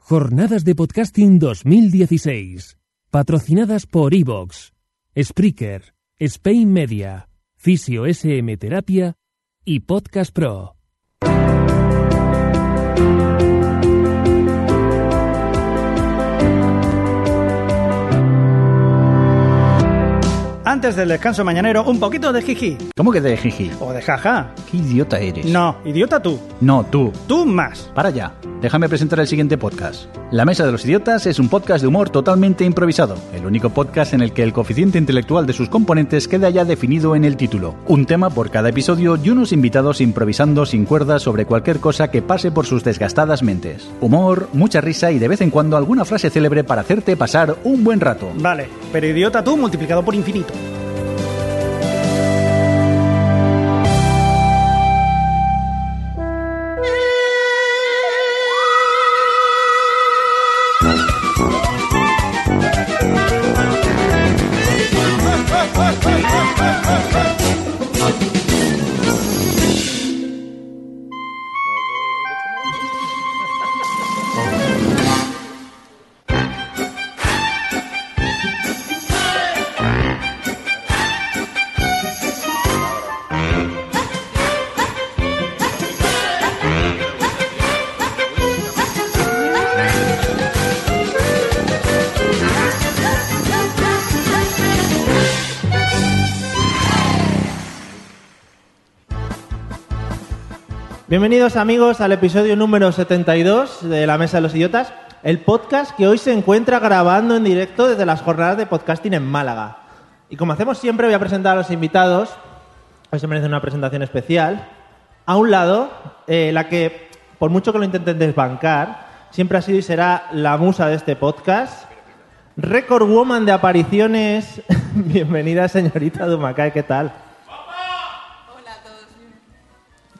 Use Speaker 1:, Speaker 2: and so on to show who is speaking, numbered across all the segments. Speaker 1: Jornadas de Podcasting 2016. Patrocinadas por Evox, Spreaker, Spain Media, Fisio SM Terapia y Podcast Pro.
Speaker 2: Antes del descanso mañanero, un poquito de jiji.
Speaker 3: ¿Cómo que de jiji?
Speaker 2: O de jaja.
Speaker 3: ¿Qué idiota eres?
Speaker 2: No, idiota tú.
Speaker 3: No, tú.
Speaker 2: Tú más.
Speaker 3: Para ya. Déjame presentar el siguiente podcast. La Mesa de los Idiotas es un podcast de humor totalmente improvisado. El único podcast en el que el coeficiente intelectual de sus componentes queda ya definido en el título. Un tema por cada episodio y unos invitados improvisando sin cuerdas sobre cualquier cosa que pase por sus desgastadas mentes. Humor, mucha risa y de vez en cuando alguna frase célebre para hacerte pasar un buen rato.
Speaker 2: Vale, pero idiota tú multiplicado por infinito.
Speaker 4: Bienvenidos amigos al episodio número 72 de La Mesa de los Idiotas, el podcast que hoy se encuentra grabando en directo desde las jornadas de podcasting en Málaga. Y como hacemos siempre voy a presentar a los invitados, hoy se merece una presentación especial. A un lado, eh, la que por mucho que lo intenten desbancar, siempre ha sido y será la musa de este podcast, Record Woman de apariciones. Bienvenida señorita Dumacay, ¿qué tal?
Speaker 5: Hola a todos,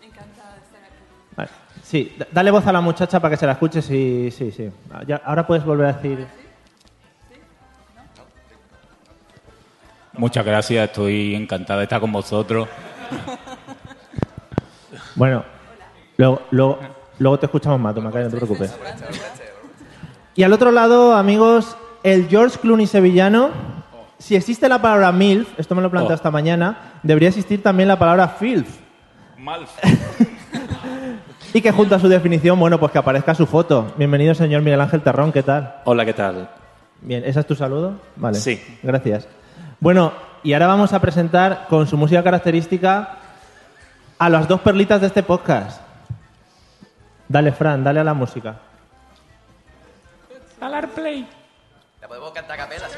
Speaker 5: encantada de estar aquí.
Speaker 4: Vale. Sí, da- dale voz a la muchacha para que se la escuche. Sí, sí, sí. Ya- ahora puedes volver a decir.
Speaker 6: Muchas gracias, estoy encantada de estar con vosotros.
Speaker 4: Bueno, luego, luego, luego te escuchamos más, Tomacayo, no te preocupes. Y al otro lado, amigos, el George Clooney sevillano. Si existe la palabra MILF, esto me lo he planteado
Speaker 6: Oh.
Speaker 4: esta mañana, debería existir también la palabra FILF.
Speaker 6: Malf.
Speaker 4: Y que junto a su definición, bueno, pues que aparezca su foto. Bienvenido, señor Miguel Ángel Terrón, ¿qué tal?
Speaker 7: Hola, ¿qué tal?
Speaker 4: Bien, ¿ese es tu saludo? Vale.
Speaker 7: Sí.
Speaker 4: Gracias. Bueno, y ahora vamos a presentar con su música característica a las dos perlitas de este podcast. Dale, Fran, dale a la música.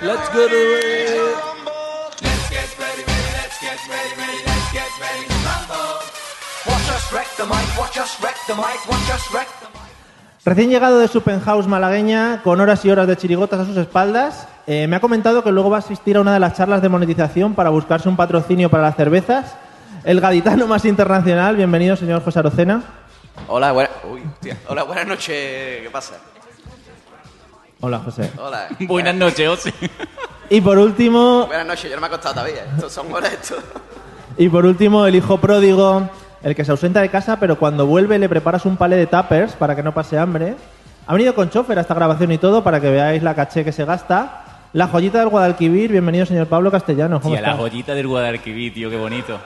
Speaker 7: Let's go
Speaker 4: Recién llegado de su penthouse malagueña, con horas y horas de chirigotas a sus espaldas, eh, me ha comentado que luego va a asistir a una de las charlas de monetización para buscarse un patrocinio para las cervezas. El gaditano más internacional, bienvenido, señor José Arocena.
Speaker 7: Hola, buena... Uy, hostia. Hola, buenas noches. ¿Qué pasa?
Speaker 4: Hola, José.
Speaker 7: Hola.
Speaker 6: Buenas noches, Osi.
Speaker 4: Y por último,
Speaker 7: Buenas noches, yo no me he acostado todavía. Estos son horas estos.
Speaker 4: Y por último, el hijo pródigo, el que se ausenta de casa, pero cuando vuelve le preparas un palé de tuppers para que no pase hambre. Ha venido con chofer a esta grabación y todo para que veáis la caché que se gasta. La joyita del Guadalquivir, bienvenido señor Pablo Castellano. ¿Cómo
Speaker 6: Tía, la
Speaker 4: estás?
Speaker 6: joyita del Guadalquivir, tío, qué bonito.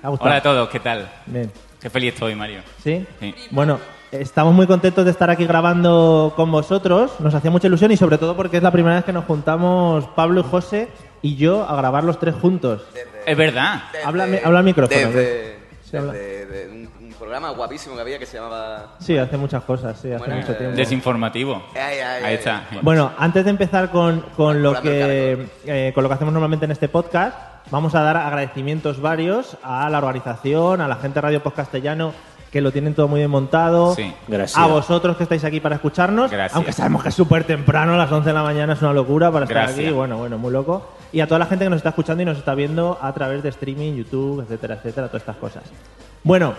Speaker 4: ¿Te ha gustado?
Speaker 6: Hola a todos, ¿qué tal?
Speaker 4: Bien.
Speaker 6: Qué feliz estoy, Mario.
Speaker 4: ¿Sí?
Speaker 6: Sí.
Speaker 4: Bueno, estamos muy contentos de estar aquí grabando con vosotros. Nos hacía mucha ilusión y sobre todo porque es la primera vez que nos juntamos Pablo y José y yo a grabar los tres juntos.
Speaker 6: Es verdad.
Speaker 4: Habla, habla al micrófono.
Speaker 7: Desde,
Speaker 4: Sí, habla.
Speaker 7: desde- de un, un programa guapísimo que había que se llamaba...
Speaker 4: Sí, hace muchas cosas, sí, hace
Speaker 7: Bueno,
Speaker 4: mucho
Speaker 7: eh,
Speaker 4: tiempo.
Speaker 6: Desinformativo.
Speaker 7: Ay, ay, ay,
Speaker 6: Ahí está.
Speaker 4: Bueno, antes de empezar con, con lo
Speaker 7: Volando el
Speaker 4: que, eh, con lo que hacemos normalmente en este podcast, vamos a dar agradecimientos varios a la organización, a la gente de Radio Post Castellano que lo tienen todo muy bien montado.
Speaker 6: Sí.
Speaker 8: Gracias.
Speaker 4: A vosotros que estáis aquí para escucharnos.
Speaker 6: Gracias.
Speaker 4: Aunque sabemos que es súper temprano, a las 11 de la mañana es una locura para estar
Speaker 6: Gracias.
Speaker 4: aquí. Bueno, bueno, muy loco. Y a toda la gente que nos está escuchando y nos está viendo a través de streaming, YouTube, etcétera, etcétera, todas estas cosas. Bueno,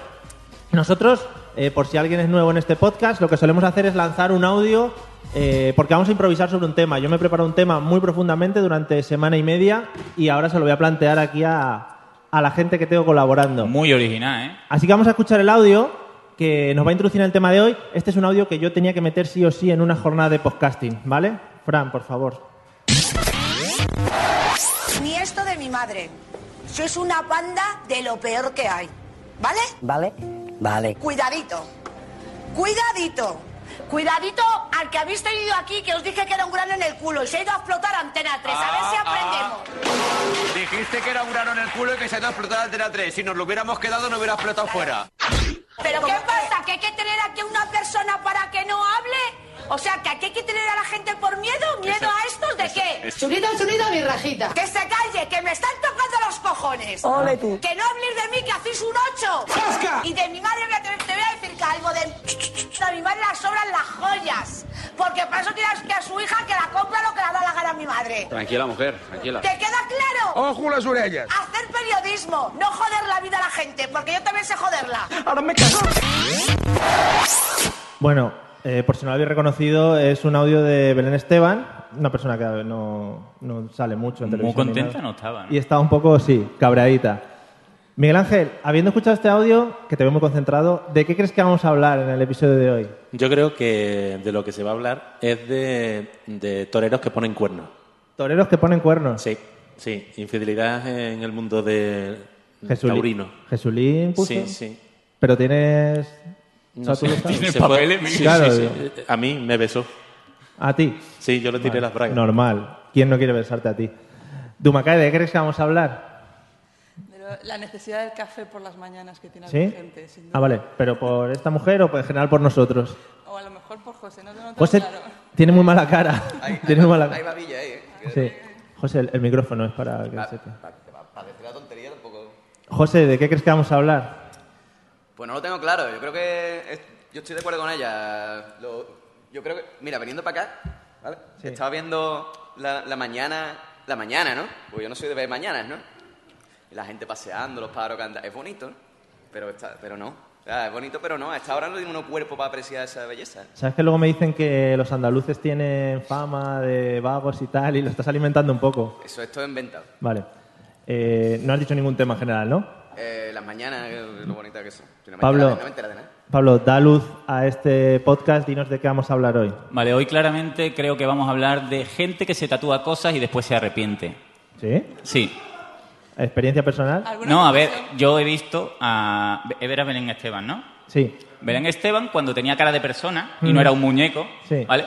Speaker 4: nosotros, eh, por si alguien es nuevo en este podcast, lo que solemos hacer es lanzar un audio eh, porque vamos a improvisar sobre un tema. Yo me he preparado un tema muy profundamente durante semana y media y ahora se lo voy a plantear aquí a, a la gente que tengo colaborando.
Speaker 6: Muy original, ¿eh?
Speaker 4: Así que vamos a escuchar el audio que nos va a introducir en el tema de hoy. Este es un audio que yo tenía que meter sí o sí en una jornada de podcasting, ¿vale? Fran, por favor.
Speaker 9: Ni esto de mi madre. Sois una banda de lo peor que hay. ¿Vale?
Speaker 10: ¿Vale? Vale.
Speaker 9: Cuidadito. Cuidadito. Cuidadito al que habéis tenido aquí que os dije que era un grano en el culo y se ha ido a explotar Antena 3. A ver si
Speaker 7: Ah, ah.
Speaker 9: aprendemos.
Speaker 7: Dijiste que era un grano en el culo y que se te ha explotado Antena 3. Si nos lo hubiéramos quedado, no hubiera explotado fuera.
Speaker 9: ¿Pero qué pasa? ¿Que hay que tener aquí una persona para que no hable? O sea, ¿que aquí hay que tener a la gente por miedo? ¿Miedo a estos de qué?
Speaker 10: Chulito, chulito, mi rajita.
Speaker 9: ¡Que se calle! ¡Que me están tocando los cojones!
Speaker 10: Ole tú.
Speaker 9: ¡Que no habléis de mí, que hacéis un 8! Y de mi madre voy a tener- te voy a decir que algo de... A mi madre le sobran las joyas. Porque para eso tienes que a su hija que la compra lo que le da la gana a mi madre.
Speaker 7: Tranquila, mujer, tranquila.
Speaker 9: ¿Te queda claro?
Speaker 7: ¡Ojo las orellas!
Speaker 9: Hacer periodismo, no joder la vida a la gente, porque yo también sé joderla.
Speaker 7: ¡Ahora me cago!
Speaker 4: Bueno, eh, por si no lo habéis reconocido, es un audio de Belén Esteban, una persona que no, no sale mucho en
Speaker 6: Muy
Speaker 4: televisión. ni
Speaker 6: contenta
Speaker 4: nada.
Speaker 6: no estaba, ¿no?
Speaker 4: Y está un poco, sí, cabreadita. Miguel Ángel, habiendo escuchado este audio, que te veo muy concentrado, ¿de qué crees que vamos a hablar en el episodio de hoy?
Speaker 8: Yo creo que de lo que se va a hablar es de, de toreros que ponen cuernos.
Speaker 4: Toreros que ponen cuernos.
Speaker 8: Sí, sí. Infidelidad en el mundo de
Speaker 4: Jesulín.
Speaker 8: taurino.
Speaker 4: Jesulín puso.
Speaker 8: Sí, sí.
Speaker 4: Pero tienes.
Speaker 8: No
Speaker 4: ¿Tú lo
Speaker 8: sé,
Speaker 4: sabes?
Speaker 6: Tiene
Speaker 8: se fue-
Speaker 6: papeles,
Speaker 8: sí,
Speaker 6: mira.
Speaker 8: sí,
Speaker 4: Claro,
Speaker 8: sí.
Speaker 4: digo.
Speaker 8: Eh, A mí me besó.
Speaker 4: A ti.
Speaker 8: Sí, yo le tiré las bragas.
Speaker 4: Normal. ¿Quién no quiere besarte a ti? Dumacae, ¿de qué crees que vamos a hablar?
Speaker 5: De lo- la necesidad del café por las mañanas que tiene
Speaker 4: ¿Sí?
Speaker 5: la gente, sin duda.
Speaker 4: Ah, vale. ¿Pero por esta mujer o por- en general por nosotros?
Speaker 5: O a lo mejor por José, no, no lo tengo
Speaker 4: Ah. José
Speaker 5: claro.
Speaker 4: tiene muy mala cara. Tiene muy mala
Speaker 7: Ahí va Villa, ahí, eh. Ah,
Speaker 4: Sí. José, el, el micrófono es para que
Speaker 5: Ah.
Speaker 4: sepa.
Speaker 7: Para decir la tontería tampoco.
Speaker 4: José, ¿de qué crees que vamos a hablar?
Speaker 7: Pues no lo tengo claro. Yo creo que. es- yo estoy de acuerdo con ella. Lo- yo creo que. Mira, viniendo para acá, ¿vale?
Speaker 4: Sí.
Speaker 7: Estaba viendo la, la mañana. La mañana, ¿no? Porque yo no soy de ver mañanas, ¿no? Y la gente paseando, los pájaros cantando. Es bonito, ¿no? Pero, está, pero no. O sea, es bonito, pero no. Hasta ahora no tiene uno cuerpo para apreciar esa belleza.
Speaker 4: ¿Sabes que luego me dicen que los andaluces tienen fama de vagos y tal y lo estás alimentando un poco?
Speaker 7: Eso es todo inventado.
Speaker 4: Vale. Eh, no has dicho ningún tema en general, ¿no?
Speaker 7: Eh, las mañanas, eh, lo bonita que son. Si no me
Speaker 4: Pablo.
Speaker 7: entera de- no me entera de nada.
Speaker 4: Pablo, da luz a este podcast, dinos de qué vamos a hablar hoy.
Speaker 6: Vale, hoy claramente creo que vamos a hablar de gente que se tatúa cosas y después se arrepiente.
Speaker 4: ¿Sí?
Speaker 6: Sí.
Speaker 4: ¿Experiencia personal?
Speaker 5: ¿Alguna
Speaker 6: No, a ver,
Speaker 5: conclusión?
Speaker 6: yo he visto a... Era Belén Esteban, ¿no?
Speaker 4: Sí.
Speaker 6: Belén Esteban, cuando tenía cara de persona y no era un muñeco,
Speaker 4: Mm. Sí.
Speaker 6: ¿vale?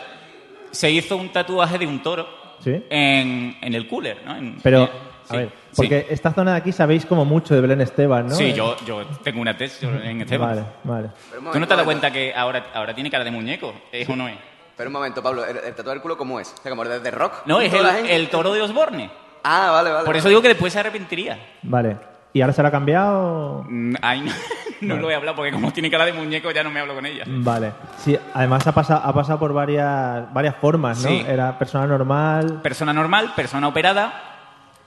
Speaker 6: Se hizo un tatuaje de un toro
Speaker 4: Sí.
Speaker 6: en, en el cooler, ¿no? En-
Speaker 4: Pero,
Speaker 6: eh,
Speaker 4: a
Speaker 6: sí,
Speaker 4: ver,
Speaker 6: sí.
Speaker 4: porque esta zona de aquí sabéis como mucho de Belén Esteban, ¿no?
Speaker 6: Sí, yo, yo tengo una tesis sobre Belén Esteban.
Speaker 4: Vale, vale.
Speaker 7: Pero
Speaker 6: ¿Tú no te has
Speaker 7: un momento,
Speaker 6: dado
Speaker 7: un momento.
Speaker 6: cuenta que ahora, ahora tiene cara de muñeco? ¿Es o no es?
Speaker 7: Pero un momento, Pablo, ¿el, el tatuaje del culo cómo es? O sea, como desde rock.
Speaker 6: No, es
Speaker 7: ¿Toda
Speaker 6: el,
Speaker 7: la gente?
Speaker 6: el toro de Osborne.
Speaker 7: Ah, vale, vale.
Speaker 6: Por eso
Speaker 7: vale.
Speaker 6: digo que después se arrepentiría.
Speaker 4: Vale. ¿Y ahora se lo ha cambiado?
Speaker 6: Mm, Ay, no, no lo he hablado porque como tiene cara de muñeco ya no me hablo con ella.
Speaker 4: Vale. Sí, además ha pasado, ha pasado por varias, varias formas, ¿no?
Speaker 6: Sí.
Speaker 4: Era persona normal.
Speaker 6: Persona normal, persona operada,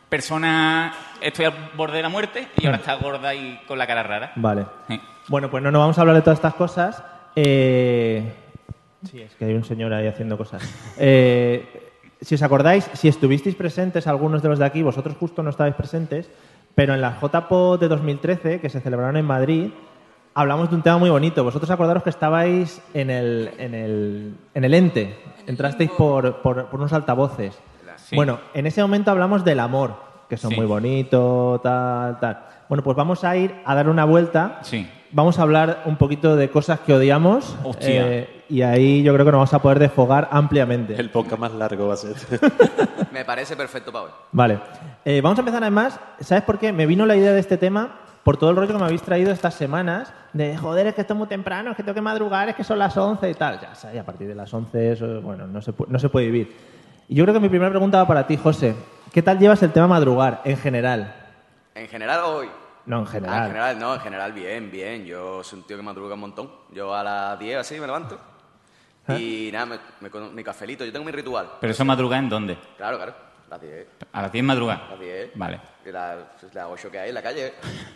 Speaker 6: persona... Estoy al borde de la muerte y ahora está gorda y con la cara rara.
Speaker 4: Vale.
Speaker 6: Sí.
Speaker 4: Bueno, pues no nos vamos a hablar de todas estas cosas. Eh, Sí, es que hay un señor ahí haciendo cosas. Eh, si os acordáis, si estuvisteis presentes, algunos de los de aquí, vosotros justo no estabais presentes, pero en la JPO de 2013, que se celebraron en Madrid, hablamos de un tema muy bonito. Vosotros acordaros que estabais en el, en el, en el ente, entrasteis por, por- por unos altavoces.
Speaker 6: Sí.
Speaker 4: Bueno, en ese momento hablamos del amor, que son
Speaker 6: Sí.
Speaker 4: muy bonito, tal, tal. Bueno, pues vamos a ir a dar una vuelta
Speaker 6: Sí.
Speaker 4: Vamos a hablar un poquito de cosas que odiamos.
Speaker 6: Hostia.
Speaker 4: eh, y ahí yo creo que nos vamos a poder desfogar ampliamente.
Speaker 8: El podcast más largo va a ser.
Speaker 7: Me parece perfecto, Pablo.
Speaker 4: Vale. Eh, vamos a empezar además. ¿Sabes por qué? Me vino la idea de este tema por todo el rollo que me habéis traído estas semanas de joder, es que esto es muy temprano, es que tengo que madrugar, es que son las 11 y tal. Ya sabes, a partir de las 11 eso, bueno, no se, pu- no se puede vivir. Y yo creo que mi primera pregunta va para ti, José. ¿Qué tal llevas el tema madrugar en general?
Speaker 7: En general, hoy.
Speaker 4: No, en
Speaker 7: Ah, en
Speaker 4: general.
Speaker 7: general, no, en general bien, bien. Yo soy un tío que madruga un montón. Yo a las 10 así me levanto. Y nada, me, me con- mi cafelito, yo tengo mi ritual.
Speaker 6: ¿Pero eso madruga en dónde?
Speaker 7: Claro, claro, a las 10.
Speaker 6: ¿A las 10 madruga?
Speaker 7: A las 10.
Speaker 6: Vale,
Speaker 7: Y la- Las 8 que hay en la calle.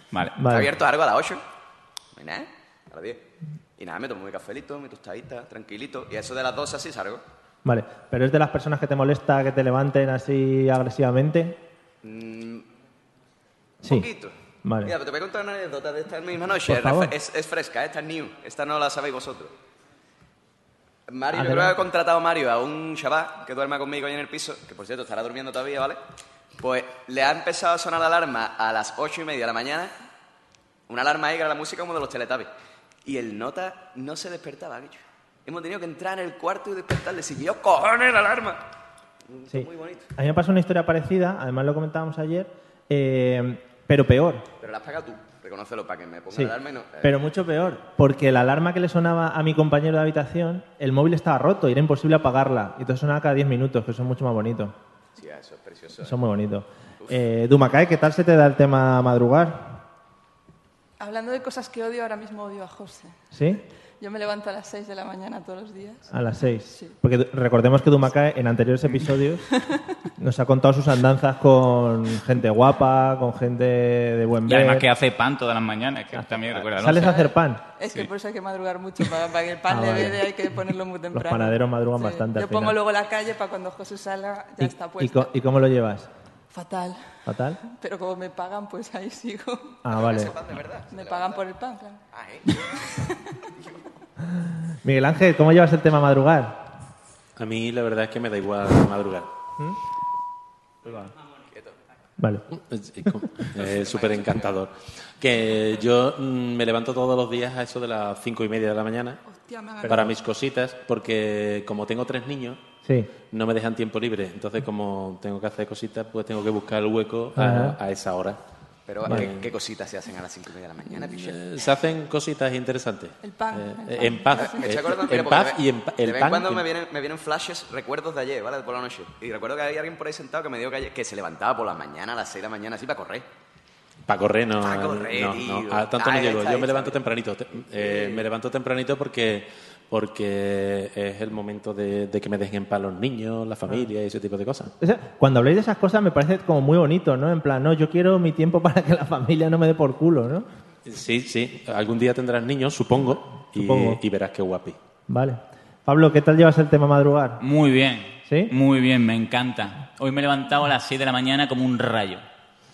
Speaker 6: vale.
Speaker 7: Está abierto algo a las 8. No hay nada, a las 10. Y nada, me tomo mi cafelito, mi tostadita, tranquilito. Y a eso de las 12 así salgo.
Speaker 4: Vale, pero es de las personas que te molesta que te levanten así agresivamente.
Speaker 7: Mm,
Speaker 4: Sí.
Speaker 7: poquito.
Speaker 4: Vale.
Speaker 7: Mira, pero te voy a contar una anécdota de esta misma noche.
Speaker 4: Por favor.
Speaker 7: Es, es fresca, esta es new. Esta no la sabéis vosotros. Mario, yo
Speaker 4: Adelante.
Speaker 7: creo que he contratado a Mario a un chaval que duerma conmigo ahí en el piso, que por cierto estará durmiendo todavía, ¿vale? Pues le ha empezado a sonar la alarma a las ocho y media de la mañana. Una alarma ahí que era la música como de los teletubbies. Y el nota no se despertaba, bicho. Hemos tenido que entrar en el cuarto y despertarle. Si yo cojones la alarma.
Speaker 4: Sí.
Speaker 7: Muy bonito.
Speaker 4: A mí me pasó una historia parecida, además lo comentábamos ayer, eh, pero peor.
Speaker 7: Pero la has pagado tú, reconócelo para que me ponga
Speaker 4: Sí,
Speaker 7: la alarma y no. eh,
Speaker 4: pero mucho peor, porque la alarma que le sonaba a mi compañero de habitación, el móvil estaba roto y era imposible apagarla. Y entonces sonaba cada 10 minutos, que eso es mucho más bonito.
Speaker 7: Sí, eso es precioso.
Speaker 4: Eso es muy bonito. Eh, Dumacae, ¿qué tal se te da el tema madrugar?
Speaker 5: Hablando de cosas que odio, ahora mismo odio a José.
Speaker 4: ¿Sí?
Speaker 5: Yo me levanto a las 6 de la mañana todos los días.
Speaker 4: A las 6.
Speaker 5: Sí.
Speaker 4: Porque du- recordemos que Dumacae en anteriores episodios nos ha contado sus andanzas con gente guapa, con gente de buen
Speaker 6: Y además
Speaker 4: ver.
Speaker 6: que hace pan todas las mañanas, que también recuerda.
Speaker 4: ¿Sales a hacer pan?
Speaker 5: Es que por eso hay que madrugar mucho, para, para que el pan
Speaker 4: Ah,
Speaker 5: le
Speaker 4: vale.
Speaker 5: dede hay que ponerlo muy
Speaker 4: Los
Speaker 5: temprano.
Speaker 4: panaderos madrugan bastante.
Speaker 5: Yo
Speaker 4: al final.
Speaker 5: pongo luego la calle para cuando José salga ya
Speaker 4: ¿Y,
Speaker 5: está
Speaker 4: y
Speaker 5: puesta.
Speaker 4: co- ¿Y cómo lo llevas?
Speaker 5: Fatal.
Speaker 4: ¿Fatal?
Speaker 5: Pero como me pagan, pues ahí sigo.
Speaker 4: Ah, vale.
Speaker 5: Me pagan por el pan, claro.
Speaker 4: Miguel Ángel, ¿cómo llevas el tema madrugar? ¿Mm?
Speaker 8: A mí la verdad es que me da igual madrugar.
Speaker 4: Vale.
Speaker 8: Mm. Es súper encantador. Que yo mm, me levanto todos los días a eso de las cinco y media de la mañana
Speaker 5: Hostia, me ha
Speaker 8: Ah. para
Speaker 5: ganado.
Speaker 8: mis cositas, porque como tengo tres niños,
Speaker 4: Sí.
Speaker 8: no me dejan tiempo libre. Entonces, como tengo que hacer cositas, pues tengo que buscar el hueco a,
Speaker 7: Ajá.
Speaker 8: a esa hora.
Speaker 7: Pero
Speaker 8: Vale.
Speaker 7: ¿qué, qué cositas se hacen a las 5 y media de la mañana, piche?
Speaker 8: Eh, Se hacen cositas interesantes.
Speaker 5: El pan,
Speaker 8: Eh,
Speaker 5: el
Speaker 8: en
Speaker 5: pan.
Speaker 8: paz.
Speaker 7: Me
Speaker 8: eh,
Speaker 7: estoy acordando, mira,
Speaker 8: en
Speaker 7: porque
Speaker 8: paz
Speaker 7: de-
Speaker 8: y en pa- el
Speaker 7: de vez en
Speaker 8: pan.
Speaker 7: cuando
Speaker 8: en-
Speaker 7: me vienen, me vienen flashes, recuerdos de ayer, ¿vale? Por la noche. Y recuerdo que hay alguien por ahí sentado que me dijo que, ayer- que se levantaba por la mañana, a las 6 de la mañana, así para correr.
Speaker 8: Para correr, no.
Speaker 7: Pa' correr,
Speaker 8: no,
Speaker 7: tío.
Speaker 8: no, a tanto
Speaker 7: Ah,
Speaker 8: no
Speaker 7: ya
Speaker 8: llego. Yo
Speaker 7: está, ya
Speaker 8: me
Speaker 7: está.
Speaker 8: levanto tempranito. Te- eh, me levanto tempranito porque porque es el momento de, de que me dejen en paz los niños, la familia y ese tipo de cosas.
Speaker 4: O sea, cuando habláis de esas cosas me parece como muy bonito, ¿no? En plan, no, yo quiero mi tiempo para que la familia no me dé por culo, ¿no?
Speaker 8: Sí, sí. Algún día tendrás niños, supongo, y,
Speaker 4: Supongo.
Speaker 8: y verás qué guapi.
Speaker 4: Vale. Pablo, ¿qué tal llevas el tema madrugar?
Speaker 6: Muy bien. Muy bien, me encanta. Hoy me he levantado a las 6 de la mañana como un rayo.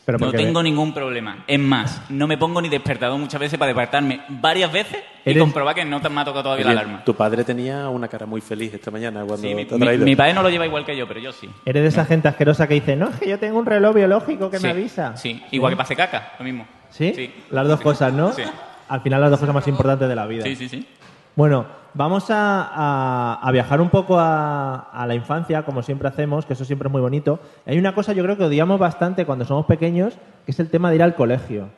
Speaker 4: Pero
Speaker 6: no
Speaker 4: porque-
Speaker 6: tengo ningún problema. Es más, no me pongo ni despertador muchas veces para despertarme varias veces y
Speaker 8: Eres-
Speaker 6: comprobar que no te me ha tocado todavía la
Speaker 8: Oye,
Speaker 6: alarma.
Speaker 8: Tu padre tenía una cara muy feliz esta mañana cuando
Speaker 6: Sí, mi,
Speaker 8: te ha
Speaker 6: mi-
Speaker 8: traído.
Speaker 6: mi padre no lo lleva igual que yo, pero yo sí.
Speaker 4: Eres de esa gente asquerosa que dice, no, es que yo tengo un reloj biológico que
Speaker 6: Sí,
Speaker 4: me avisa.
Speaker 6: Sí, igual que pase caca, lo mismo.
Speaker 4: ¿Sí? Las dos cosas, ¿no?
Speaker 6: Sí.
Speaker 4: Al final las dos cosas más importantes de la vida.
Speaker 6: Sí, sí, sí.
Speaker 4: Bueno, vamos a, a- a viajar un poco a, a la infancia, como siempre hacemos, que eso siempre es muy bonito. Hay una cosa yo creo que odiamos bastante cuando somos pequeños, que es el tema de ir al colegio.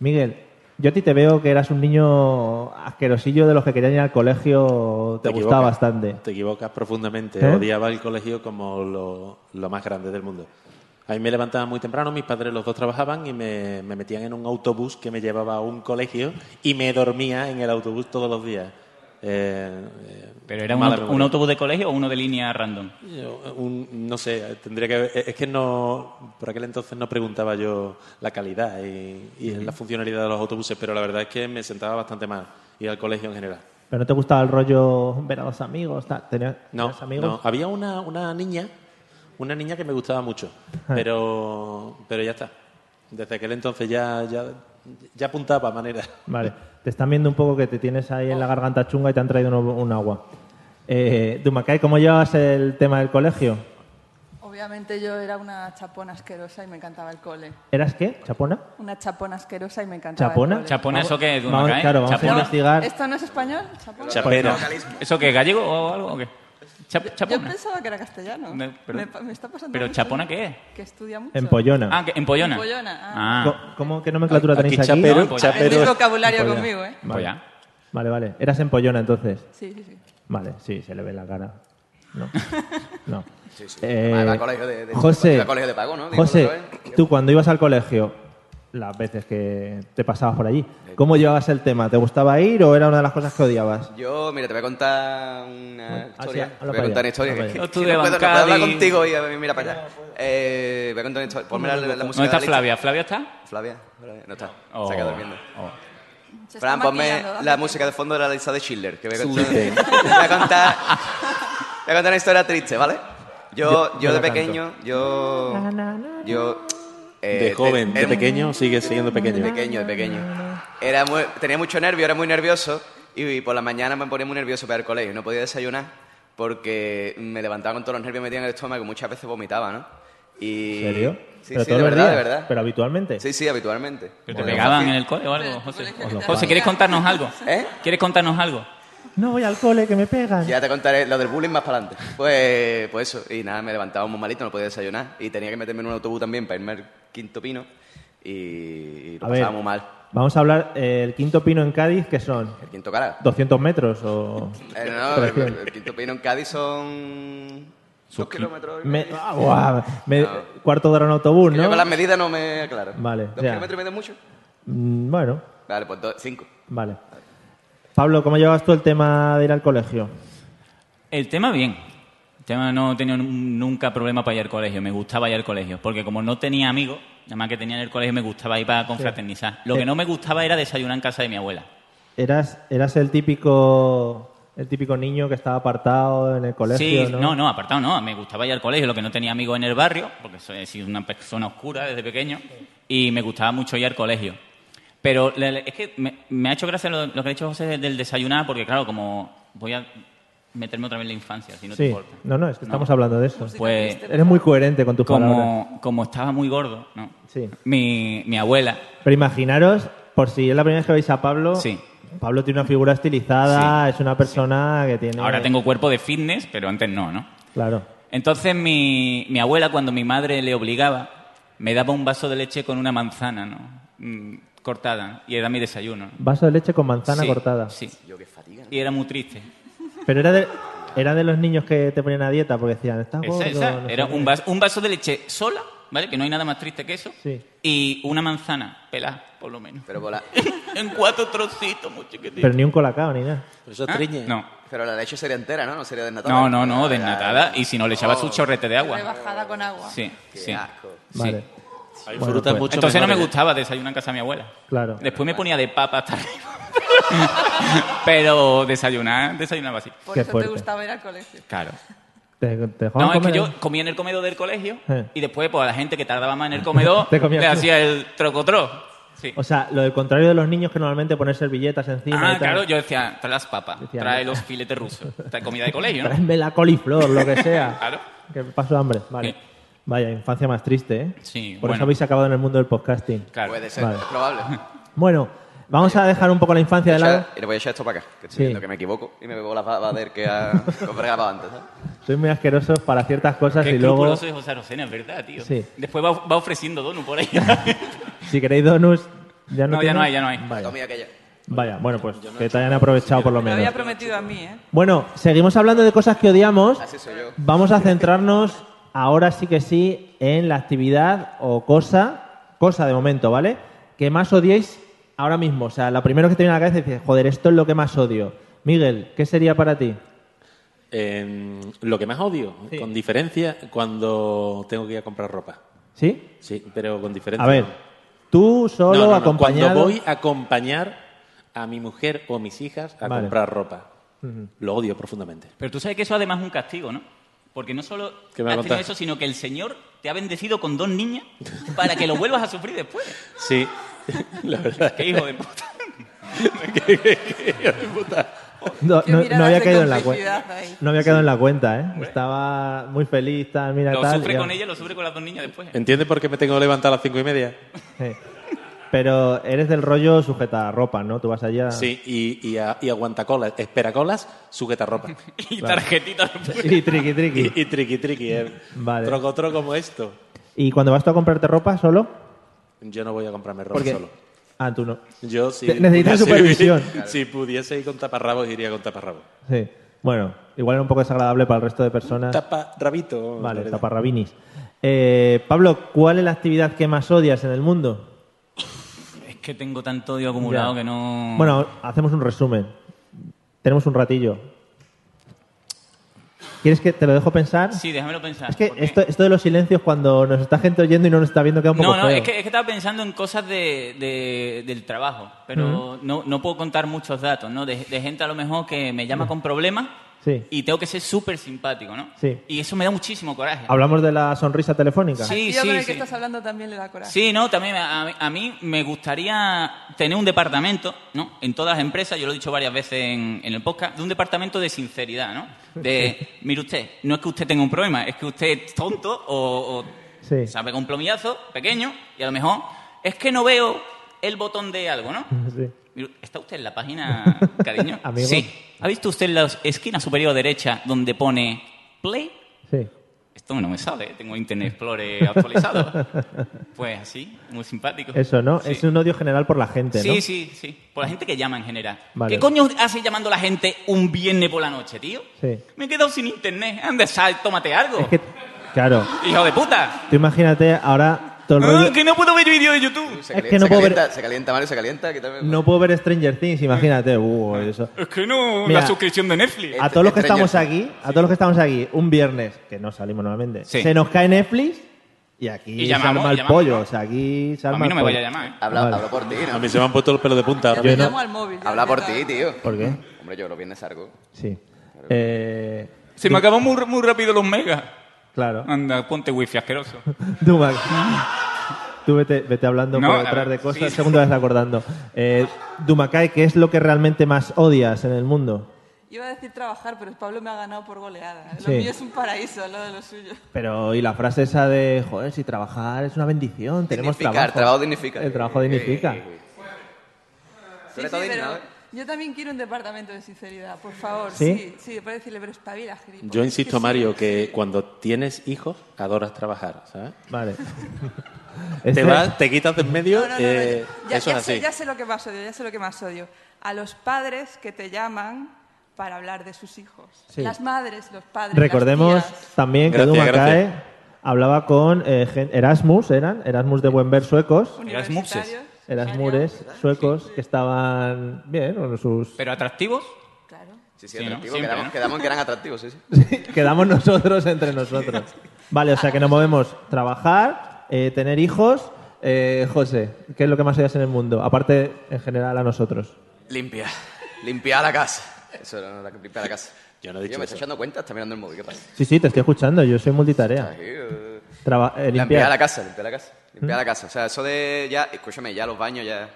Speaker 4: Miguel, yo a ti te veo que eras un niño asquerosillo de los que querían ir al colegio, te, gustaba
Speaker 8: equivocas,
Speaker 4: bastante.
Speaker 8: Te equivocas profundamente.
Speaker 4: ¿Eh?
Speaker 8: Odiaba el colegio como lo, lo más grande del mundo. A mí me levantaba muy temprano, mis padres los dos trabajaban y me, me metían en un autobús que me llevaba a un colegio y me dormía en el autobús todos los días. Eh,
Speaker 6: Pero ¿Era un, auto- un autobús de colegio o uno de línea random?
Speaker 8: no sé, tendría que. Es que no. Por aquel entonces no preguntaba yo la calidad y, y la funcionalidad de los autobuses, pero la verdad es que me sentaba bastante mal ir al colegio en general.
Speaker 4: Pero no te gustaba el rollo ver a los amigos, tal. ¿Tenías,
Speaker 8: No,
Speaker 4: tenías amigos?
Speaker 8: no. Había una, una niña, una niña que me gustaba mucho,
Speaker 4: Ah.
Speaker 8: pero, pero ya está. Desde aquel entonces ya, ya, ya apuntaba manera.
Speaker 4: Vale, te están viendo un poco que te tienes ahí en la garganta chunga y te han traído un, un agua. Eh, Dumacay, ¿cómo llevas el tema del colegio?
Speaker 5: Obviamente yo era una chapona asquerosa y me encantaba el cole.
Speaker 4: ¿Eras qué? ¿Chapona?
Speaker 5: Una chapona asquerosa y me encantaba el
Speaker 4: ¿Chapona?
Speaker 5: cole.
Speaker 4: Vamos-
Speaker 6: ¿eso qué es,
Speaker 4: vamos-
Speaker 6: Dumacay?
Speaker 4: Claro, vamos
Speaker 6: ¿Chapona?
Speaker 4: a investigar. Pues,
Speaker 5: ¿Esto no es español? ¿Chapona?
Speaker 6: Chapera.
Speaker 5: Yo-
Speaker 6: ¿Eso qué, gallego o algo? o qué? Chap-
Speaker 5: Yo
Speaker 6: chapona.
Speaker 5: pensaba que era castellano.
Speaker 6: No, pero-
Speaker 5: me, pa- me está pasando
Speaker 6: ¿Pero
Speaker 5: mucho.
Speaker 6: chapona qué es?
Speaker 5: Que estudia mucho.
Speaker 4: Empollona.
Speaker 6: Ah, que- empollona.
Speaker 5: Empollona,
Speaker 6: Ah.
Speaker 4: Co- ¿Cómo? ¿Qué nomenclatura
Speaker 6: Aquí
Speaker 4: tenéis aquí?
Speaker 6: chapero- No, pues ya. chapero-
Speaker 5: Tenéis vocabulario
Speaker 4: Empollona.
Speaker 5: conmigo, ¿eh?
Speaker 4: Vale.
Speaker 6: Empolla.
Speaker 4: vale, vale. Eras empollona entonces.
Speaker 5: Sí, sí, sí.
Speaker 4: Vale, sí, se le ve la cara. No. no.
Speaker 7: sí.
Speaker 4: Eh,
Speaker 7: Va al colegio de- de-
Speaker 4: José,
Speaker 7: va al colegio de pago, ¿no? ¿Eh? Digo,
Speaker 4: José,
Speaker 7: otra vez.
Speaker 4: tú cuando ibas al colegio, las veces que te pasabas por allí. ¿Cómo llevabas el tema? ¿Te gustaba ir o era una de las cosas que odiabas?
Speaker 7: Yo, mira, te voy a contar una historia.
Speaker 4: habla
Speaker 7: te
Speaker 4: para
Speaker 7: voy a contar
Speaker 4: allá,
Speaker 7: una historia.
Speaker 4: habla para
Speaker 7: que- que-
Speaker 4: allá.
Speaker 7: que
Speaker 4: Tú
Speaker 7: no
Speaker 4: de
Speaker 7: puedo- no puedo
Speaker 4: bancada
Speaker 7: hablar
Speaker 4: y-
Speaker 7: contigo y a mí, mira para allá. Eh, voy a contar una historia. Ponme la, la música.
Speaker 6: ¿Dónde está
Speaker 7: de la
Speaker 6: Flavia?
Speaker 7: lista.
Speaker 6: ¿Flavia está?
Speaker 7: Flavia, Flavia, no está.
Speaker 6: Oh,
Speaker 7: Se ha quedado durmiendo.
Speaker 5: Se está
Speaker 7: Fran, ponme
Speaker 5: maquillando.
Speaker 7: la música de fondo de la lista de Schiller. Que voy a contar,
Speaker 8: Sube.
Speaker 7: voy a contar, voy a contar una historia triste, ¿vale? Yo,
Speaker 8: Yo-
Speaker 7: yo,
Speaker 8: yo
Speaker 7: de
Speaker 8: la canto.
Speaker 7: pequeño, yo. Yo. eh,
Speaker 8: de joven, de
Speaker 7: era-
Speaker 8: pequeño, sigue siendo pequeño.
Speaker 7: De pequeño, de pequeño. Era muy- tenía mucho nervio, era muy nervioso y por la mañana me ponía muy nervioso para el colegio. No podía desayunar porque me levantaba con todos los nervios metidos en el estómago y muchas veces vomitaba, ¿no? Y...
Speaker 4: ¿En serio?
Speaker 7: Sí,
Speaker 4: ¿Pero todos
Speaker 7: sí, de
Speaker 4: los
Speaker 7: verdad, de
Speaker 4: días?
Speaker 7: verdad.
Speaker 4: ¿Pero habitualmente?
Speaker 7: Sí, sí, habitualmente.
Speaker 6: ¿Pero te
Speaker 7: Bueno,
Speaker 6: pegaban
Speaker 7: fácil.
Speaker 6: en el cole o algo, José?
Speaker 7: Os lo
Speaker 6: José,
Speaker 7: paso.
Speaker 6: ¿quieres contarnos algo?
Speaker 7: ¿Eh?
Speaker 6: ¿Quieres contarnos algo?
Speaker 4: No voy al cole, que me pegan.
Speaker 7: Ya te contaré lo del bullying más para adelante. Pues, pues eso, y nada, me levantaba muy malito, no podía desayunar y tenía que meterme en un autobús también para irme al quinto pino y, y lo
Speaker 4: A ver.
Speaker 7: pasaba muy mal.
Speaker 4: Vamos a hablar eh, el quinto pino en Cádiz, que son
Speaker 7: El quinto cara.
Speaker 4: 200 metros o...
Speaker 7: Eh, no, el,
Speaker 4: 300.
Speaker 7: el quinto pino en Cádiz son... Dos kilómetros. y
Speaker 4: Me-
Speaker 7: medio.
Speaker 4: ah, guau, me-
Speaker 7: No.
Speaker 4: Cuarto de hora en autobús,
Speaker 7: Que Yo
Speaker 4: ¿no?
Speaker 7: con las medidas no me aclaro.
Speaker 4: Vale,
Speaker 7: ¿Dos
Speaker 4: ya.
Speaker 7: kilómetros y medio es mucho?
Speaker 4: Mm, Bueno,
Speaker 7: Vale, pues dos, cinco.
Speaker 4: vale. Pablo, ¿cómo llevas tú el tema de ir al colegio?
Speaker 6: El tema bien. El tema no he tenido nun- nunca problema para ir al colegio. Me gustaba ir al colegio. Porque como no tenía amigos, nada más que tenía en el colegio, me gustaba ir para confraternizar. Lo que no me gustaba era desayunar en casa de mi abuela.
Speaker 4: ¿Eras, eras el típico el típico niño que estaba apartado en el colegio?
Speaker 6: sí,
Speaker 4: ¿no?
Speaker 6: no, apartado no. Me gustaba ir al colegio, lo que no tenía amigos en el barrio, porque soy he sido una persona oscura desde pequeño, y me gustaba mucho ir al colegio. Pero le- le- es que me, me ha hecho gracia lo, lo que ha dicho José del, del desayunar, porque claro, como voy a meterme otra vez en la infancia, si no te
Speaker 4: Sí.
Speaker 6: importa.
Speaker 4: no, no, es que estamos hablando de eso.
Speaker 6: Pues-
Speaker 4: Eres muy coherente con tus palabras.
Speaker 6: Como, como estaba muy gordo, ¿no?
Speaker 4: Sí.
Speaker 6: Mi, mi abuela,
Speaker 4: Pero imaginaros, por si es la primera vez que veis a Pablo,
Speaker 6: Sí.
Speaker 4: Pablo tiene una figura estilizada, es una persona que tiene...
Speaker 6: ahora tengo cuerpo de fitness, pero antes no, ¿no?
Speaker 4: Claro.
Speaker 6: Entonces mi, mi abuela, cuando mi madre le obligaba, me daba un vaso de leche con una manzana, ¿no? Mm, cortada, y era mi desayuno. ¿no?
Speaker 4: Vaso de leche con manzana
Speaker 6: Sí,
Speaker 4: cortada.
Speaker 6: Sí.
Speaker 7: Yo qué fatiga.
Speaker 6: Y era muy triste.
Speaker 4: Pero era de, era de los niños que te ponían a dieta porque decían, estás Ah, gordo.
Speaker 6: Esa, esa,
Speaker 4: no sé
Speaker 6: era
Speaker 4: qué".
Speaker 6: un vaso, un vaso de leche sola, ¿vale? Que no hay nada más triste que eso.
Speaker 4: Sí.
Speaker 6: Y una manzana, pelada, por lo menos.
Speaker 7: Pero, por la,
Speaker 6: en cuatro trocitos, muy chiquititos.
Speaker 4: Pero ni un colacao ni nada.
Speaker 8: Eso
Speaker 6: ¿Ah?
Speaker 8: triñe.
Speaker 6: No.
Speaker 7: pero la leche sería entera, ¿no? No sería desnatada. Ah,
Speaker 6: No, no, no, desnatada. Y si no, le echaba
Speaker 7: Oh.
Speaker 6: su chorrete de agua.
Speaker 5: Rebajada con agua.
Speaker 6: Sí,
Speaker 7: Qué
Speaker 6: sí.
Speaker 7: asco.
Speaker 6: sí.
Speaker 4: Vale,
Speaker 8: Hay
Speaker 4: Bueno,
Speaker 8: frutas
Speaker 4: pues.
Speaker 8: mucho
Speaker 6: Entonces no me
Speaker 8: mejores.
Speaker 6: gustaba desayunar en casa de mi abuela.
Speaker 4: claro.
Speaker 6: Después me ponía de papa hasta arriba. Pero desayunar, desayunaba así.
Speaker 5: Por
Speaker 4: Qué
Speaker 5: eso
Speaker 4: fuerte.
Speaker 5: te gustaba ir al colegio.
Speaker 6: Claro.
Speaker 4: Te, te dejaban
Speaker 6: No, es que
Speaker 4: comer,
Speaker 6: yo comía en el comedor del colegio
Speaker 4: Eh.
Speaker 6: y después, pues, a la gente que tardaba más en el comedor,
Speaker 4: Te comías
Speaker 6: le
Speaker 4: tú.
Speaker 6: hacía el trocotró. Sí.
Speaker 4: O sea, lo del contrario de los niños que normalmente ponen servilletas encima y
Speaker 6: Ah,
Speaker 4: tal.
Speaker 6: claro, yo decía, trae las papas,
Speaker 4: Decía,
Speaker 6: trae
Speaker 4: no.
Speaker 6: los filetes rusos, trae comida de colegio, ¿no?
Speaker 4: Tráeme la coliflor, lo que sea.
Speaker 6: Claro.
Speaker 4: Que paso hambre. Vale.
Speaker 6: Sí.
Speaker 4: Vaya, infancia más triste, ¿eh?
Speaker 6: Sí,
Speaker 4: Por eso
Speaker 6: bueno.
Speaker 4: habéis acabado en el mundo del podcasting.
Speaker 6: Claro.
Speaker 7: Puede ser,
Speaker 4: Vale.
Speaker 7: es probable.
Speaker 4: Bueno, vamos a dejar un poco la infancia de lado.
Speaker 7: Echa- Y le voy a echar pues esto para acá, que estoy
Speaker 4: Sí.
Speaker 7: viendo que me equivoco y me bebo las babader que ha comprado antes. ¿sabes?
Speaker 4: Sois muy asquerosos para ciertas cosas
Speaker 6: Qué
Speaker 4: y luego,
Speaker 6: escrupuloso es José Arocena, es verdad, tío.
Speaker 4: Sí.
Speaker 6: Después va, va ofreciendo donut por ahí.
Speaker 4: si queréis donuts, ya no
Speaker 6: No, ya no
Speaker 4: tenéis.
Speaker 6: hay, ya no hay.
Speaker 4: Vaya,
Speaker 7: Comida aquella.
Speaker 4: vaya, bueno, pues que te hayan aprovechado por lo
Speaker 5: Me lo
Speaker 4: menos.
Speaker 5: había prometido a mí, ¿eh?
Speaker 4: Bueno, seguimos hablando de cosas que odiamos.
Speaker 7: Así soy yo.
Speaker 4: Vamos a centrarnos ahora sí que sí en la actividad o cosa, cosa de momento, ¿vale? Que más odiéis ahora mismo. O sea, lo primero que te viene a la cabeza es decir, joder, esto es lo que más odio. Miguel, ¿qué sería para ti?
Speaker 8: Eh, lo que más odio,
Speaker 4: Sí.
Speaker 8: con diferencia, cuando tengo que ir a comprar ropa.
Speaker 4: ¿Sí?
Speaker 8: Sí, pero con diferencia.
Speaker 4: A ver, tú
Speaker 8: No,
Speaker 4: solo
Speaker 8: no, no,
Speaker 4: acompañado.
Speaker 8: Cuando voy a acompañar a mi mujer o a mis hijas a
Speaker 4: Vale.
Speaker 8: comprar ropa. Lo odio profundamente.
Speaker 6: Pero tú sabes que eso además es un castigo, ¿no? Porque no solo has
Speaker 8: ¿Qué me va a
Speaker 6: tenido
Speaker 8: contar?
Speaker 6: eso, sino que el Señor te ha bendecido con dos niñas para que lo vuelvas a sufrir después.
Speaker 8: Sí, la verdad.
Speaker 6: ¡Qué hijo de puta!
Speaker 4: No,
Speaker 5: Qué
Speaker 4: no-
Speaker 5: miradas
Speaker 4: no había
Speaker 5: de
Speaker 4: caído en la
Speaker 5: complicidad
Speaker 4: cuenta.
Speaker 5: ahí.
Speaker 4: No había caído en la cuenta, ¿eh? Estaba muy feliz, tal, mira,
Speaker 6: Lo
Speaker 4: tal.
Speaker 6: sufre
Speaker 4: y-
Speaker 6: con ella, lo sufre con las dos niñas después.
Speaker 8: ¿Entiendes por qué me tengo que levantar a las cinco y media?
Speaker 4: Sí. Pero eres del rollo sujeta ropa, ¿no? Tú vas allá.
Speaker 8: Sí, y, y, a- y aguanta colas, espera colas, sujeta ropa.
Speaker 6: Y tarjetita después.
Speaker 4: Y triqui, triqui.
Speaker 8: Y, y triqui triqui, eh.
Speaker 4: Vale.
Speaker 8: Troco troco como esto.
Speaker 4: ¿Y cuando vas tú a comprarte ropa solo?
Speaker 8: Yo no voy a comprarme ropa
Speaker 4: Porque...
Speaker 8: solo.
Speaker 4: Ah, tú no.
Speaker 8: Yo si
Speaker 4: Te- necesitas
Speaker 8: pudiese-
Speaker 4: supervisión.
Speaker 8: si pudiese ir con taparrabos, iría con taparrabos.
Speaker 4: Sí. Bueno, igual era un poco desagradable para el resto de personas.
Speaker 8: Taparrabito.
Speaker 4: Ah. vale,
Speaker 8: Loreto.
Speaker 4: taparrabinis. Eh, Pablo, ¿cuál es la actividad que más odias en el mundo?
Speaker 6: que tengo tanto odio acumulado
Speaker 4: Ya.
Speaker 6: que no...
Speaker 4: Bueno, hacemos un resumen. Tenemos un ratillo. ¿Quieres que te lo dejo pensar?
Speaker 6: Sí, déjamelo pensar.
Speaker 4: Es que
Speaker 6: porque-
Speaker 4: esto, esto de los silencios cuando nos está gente oyendo y no nos está viendo queda un poco
Speaker 6: No, no,
Speaker 4: feo.
Speaker 6: es que, es que estaba pensando en cosas de, de- del trabajo, pero no, no puedo contar muchos datos, ¿no? De, de gente a lo mejor que me llama con problemas
Speaker 4: Sí.
Speaker 6: y tengo que ser súper simpático, ¿no?
Speaker 4: Sí.
Speaker 6: Y eso me da muchísimo coraje.
Speaker 4: Hablamos de la sonrisa telefónica.
Speaker 6: Sí,
Speaker 5: Tío con
Speaker 6: sí,
Speaker 5: el que
Speaker 6: sí.
Speaker 5: estás hablando también le da coraje.
Speaker 6: Sí, no, también a, a mí me gustaría tener un departamento, ¿no? En todas las empresas, yo lo he dicho varias veces en, en el podcast, de un departamento de sinceridad, ¿no? De, mire usted, no es que usted tenga un problema, es que usted es tonto o,
Speaker 4: Sí.
Speaker 6: o sabe con un plomillazo pequeño y a lo mejor es que no veo el botón de algo, ¿no?
Speaker 4: Sí.
Speaker 6: Mire, ¿Está usted en la página, cariño?
Speaker 4: Amigo.
Speaker 6: Sí. ¿Ha visto usted en la esquina superior derecha donde pone play?
Speaker 4: Sí.
Speaker 6: Esto no me sale, tengo Internet Explorer actualizado. Pues así, muy simpático.
Speaker 4: Eso, ¿no?
Speaker 6: Sí.
Speaker 4: Es un odio general por la gente, ¿no?
Speaker 6: Sí, sí, sí. Por la gente que llama en general.
Speaker 4: Vale.
Speaker 6: ¿Qué coño hace llamando a la gente un viernes por la noche, tío?
Speaker 4: Sí.
Speaker 6: Me he quedado sin internet. Anda, sal, tómate algo.
Speaker 4: Es que, claro,
Speaker 6: Hijo de puta.
Speaker 4: tú imagínate ahora todo el
Speaker 6: Ah,
Speaker 4: rollo-
Speaker 6: que no puedo ver vídeos de YouTube.
Speaker 7: Se
Speaker 4: Es
Speaker 7: calienta,
Speaker 4: que no
Speaker 7: se,
Speaker 4: puedo ver-
Speaker 7: calienta se calienta, Mario, se calienta. ¿qué tal?
Speaker 4: No puedo ver Stranger Things, imagínate.
Speaker 6: Mm.
Speaker 4: Uh, eso.
Speaker 6: Es que no,
Speaker 4: Mira. Eh,
Speaker 6: la suscripción de Netflix.
Speaker 4: A todos los que
Speaker 7: Stranger
Speaker 4: estamos aquí, a todos los que estamos aquí, un viernes, que no salimos normalmente,
Speaker 6: Sí.
Speaker 4: se nos cae Netflix y aquí
Speaker 6: Y
Speaker 4: se
Speaker 6: llamamos,
Speaker 4: arma el
Speaker 6: llamamos,
Speaker 4: pollo.
Speaker 6: ¿no?
Speaker 4: O sea, aquí se
Speaker 6: A
Speaker 4: arma
Speaker 6: mí no
Speaker 4: el
Speaker 6: me
Speaker 4: pollo.
Speaker 6: vaya a llamar. ¿eh?
Speaker 7: Habla,
Speaker 4: Vale.
Speaker 7: hablo por ti,
Speaker 8: A
Speaker 7: ¿no?
Speaker 8: mí se me han puesto los pelos de punta ahora.
Speaker 5: Yo
Speaker 8: mismo.
Speaker 5: llamo al móvil. ya
Speaker 7: Habla por
Speaker 5: está.
Speaker 7: ti, tío.
Speaker 4: ¿Por qué?
Speaker 7: Hombre, yo los viernes salgo.
Speaker 4: Sí. Eh,
Speaker 6: Se me acaban muy, muy rápido los megas.
Speaker 4: claro.
Speaker 6: Anda, ponte wifi asqueroso.
Speaker 4: Tú, Max, tú vete, vete hablando
Speaker 6: No,
Speaker 4: por
Speaker 6: a
Speaker 4: detrás de
Speaker 6: ver,
Speaker 4: cosas,
Speaker 6: sí.
Speaker 4: según te vas acordando. Eh, Dumakai, ¿qué es lo que realmente más odias en el mundo?
Speaker 5: Iba a decir trabajar, pero Pablo me ha ganado por goleada. ¿eh? Lo
Speaker 4: Sí.
Speaker 5: mío es un paraíso, lo de lo suyo.
Speaker 4: Pero, y la frase esa de, joder, si trabajar es una bendición, tenemos
Speaker 7: Dignificar,
Speaker 4: trabajo.
Speaker 7: trabajo dignifica.
Speaker 4: El trabajo dignifica.
Speaker 7: Tú
Speaker 5: Sí,
Speaker 7: eres
Speaker 5: sí,
Speaker 7: todo digno,
Speaker 5: pero
Speaker 7: ¿eh?
Speaker 5: yo también quiero un departamento de sinceridad, por favor.
Speaker 4: ¿Sí?
Speaker 5: Sí, sí, para decirle, pero espabila, gilipollas.
Speaker 8: Yo insisto,
Speaker 5: Que sí,
Speaker 8: Mario, que
Speaker 5: sí.
Speaker 8: cuando tienes hijos, adoras trabajar, ¿sabes?
Speaker 4: Vale.
Speaker 8: Te,
Speaker 4: Este-
Speaker 8: vas, te quitas de en medio,
Speaker 5: No, no, no, no,
Speaker 8: eh,
Speaker 5: ya,
Speaker 8: eso
Speaker 5: ya
Speaker 8: es así.
Speaker 5: Sé, ya sé lo que más odio, ya sé lo que más odio. A los padres que te llaman para hablar de sus hijos.
Speaker 4: Sí.
Speaker 5: Las madres, los padres.
Speaker 4: Recordemos
Speaker 5: las tías.
Speaker 4: también que
Speaker 8: Gracias,
Speaker 4: Dumacae
Speaker 8: gracias.
Speaker 4: hablaba con eh, gen- Erasmus, eran Erasmus de buen ver suecos,
Speaker 6: Eras
Speaker 5: universitarios,
Speaker 4: Erasmures suecos que estaban bien, con sus
Speaker 6: Pero atractivos.
Speaker 5: Claro.
Speaker 7: Sí, sí,
Speaker 6: Sí, ¿no?
Speaker 7: atractivo.
Speaker 6: Siempre,
Speaker 7: quedamos,
Speaker 6: ¿no?
Speaker 7: quedamos en que eran atractivos, sí, sí.
Speaker 4: quedamos nosotros entre nosotros. Vale, o sea que nos movemos trabajar, eh, tener hijos. Eh, José, ¿qué es lo que más odias en el mundo? Aparte, en general, a nosotros.
Speaker 7: Limpia. Limpia la casa. Eso era la que limpia la casa.
Speaker 8: Yo no he dicho
Speaker 7: Tío, me
Speaker 8: eso.
Speaker 7: estás echando cuenta, está mirando el móvil, ¿qué pasa?
Speaker 4: Sí, sí, te estoy escuchando, yo soy multitarea.
Speaker 7: Ahí, eh,
Speaker 4: Traba- eh,
Speaker 7: La
Speaker 4: limpiar. ¿Mm?
Speaker 7: Limpiar la casa, limpiar la casa. Limpiar la casa. O sea, eso de ya, escúchame, ya los baños ya.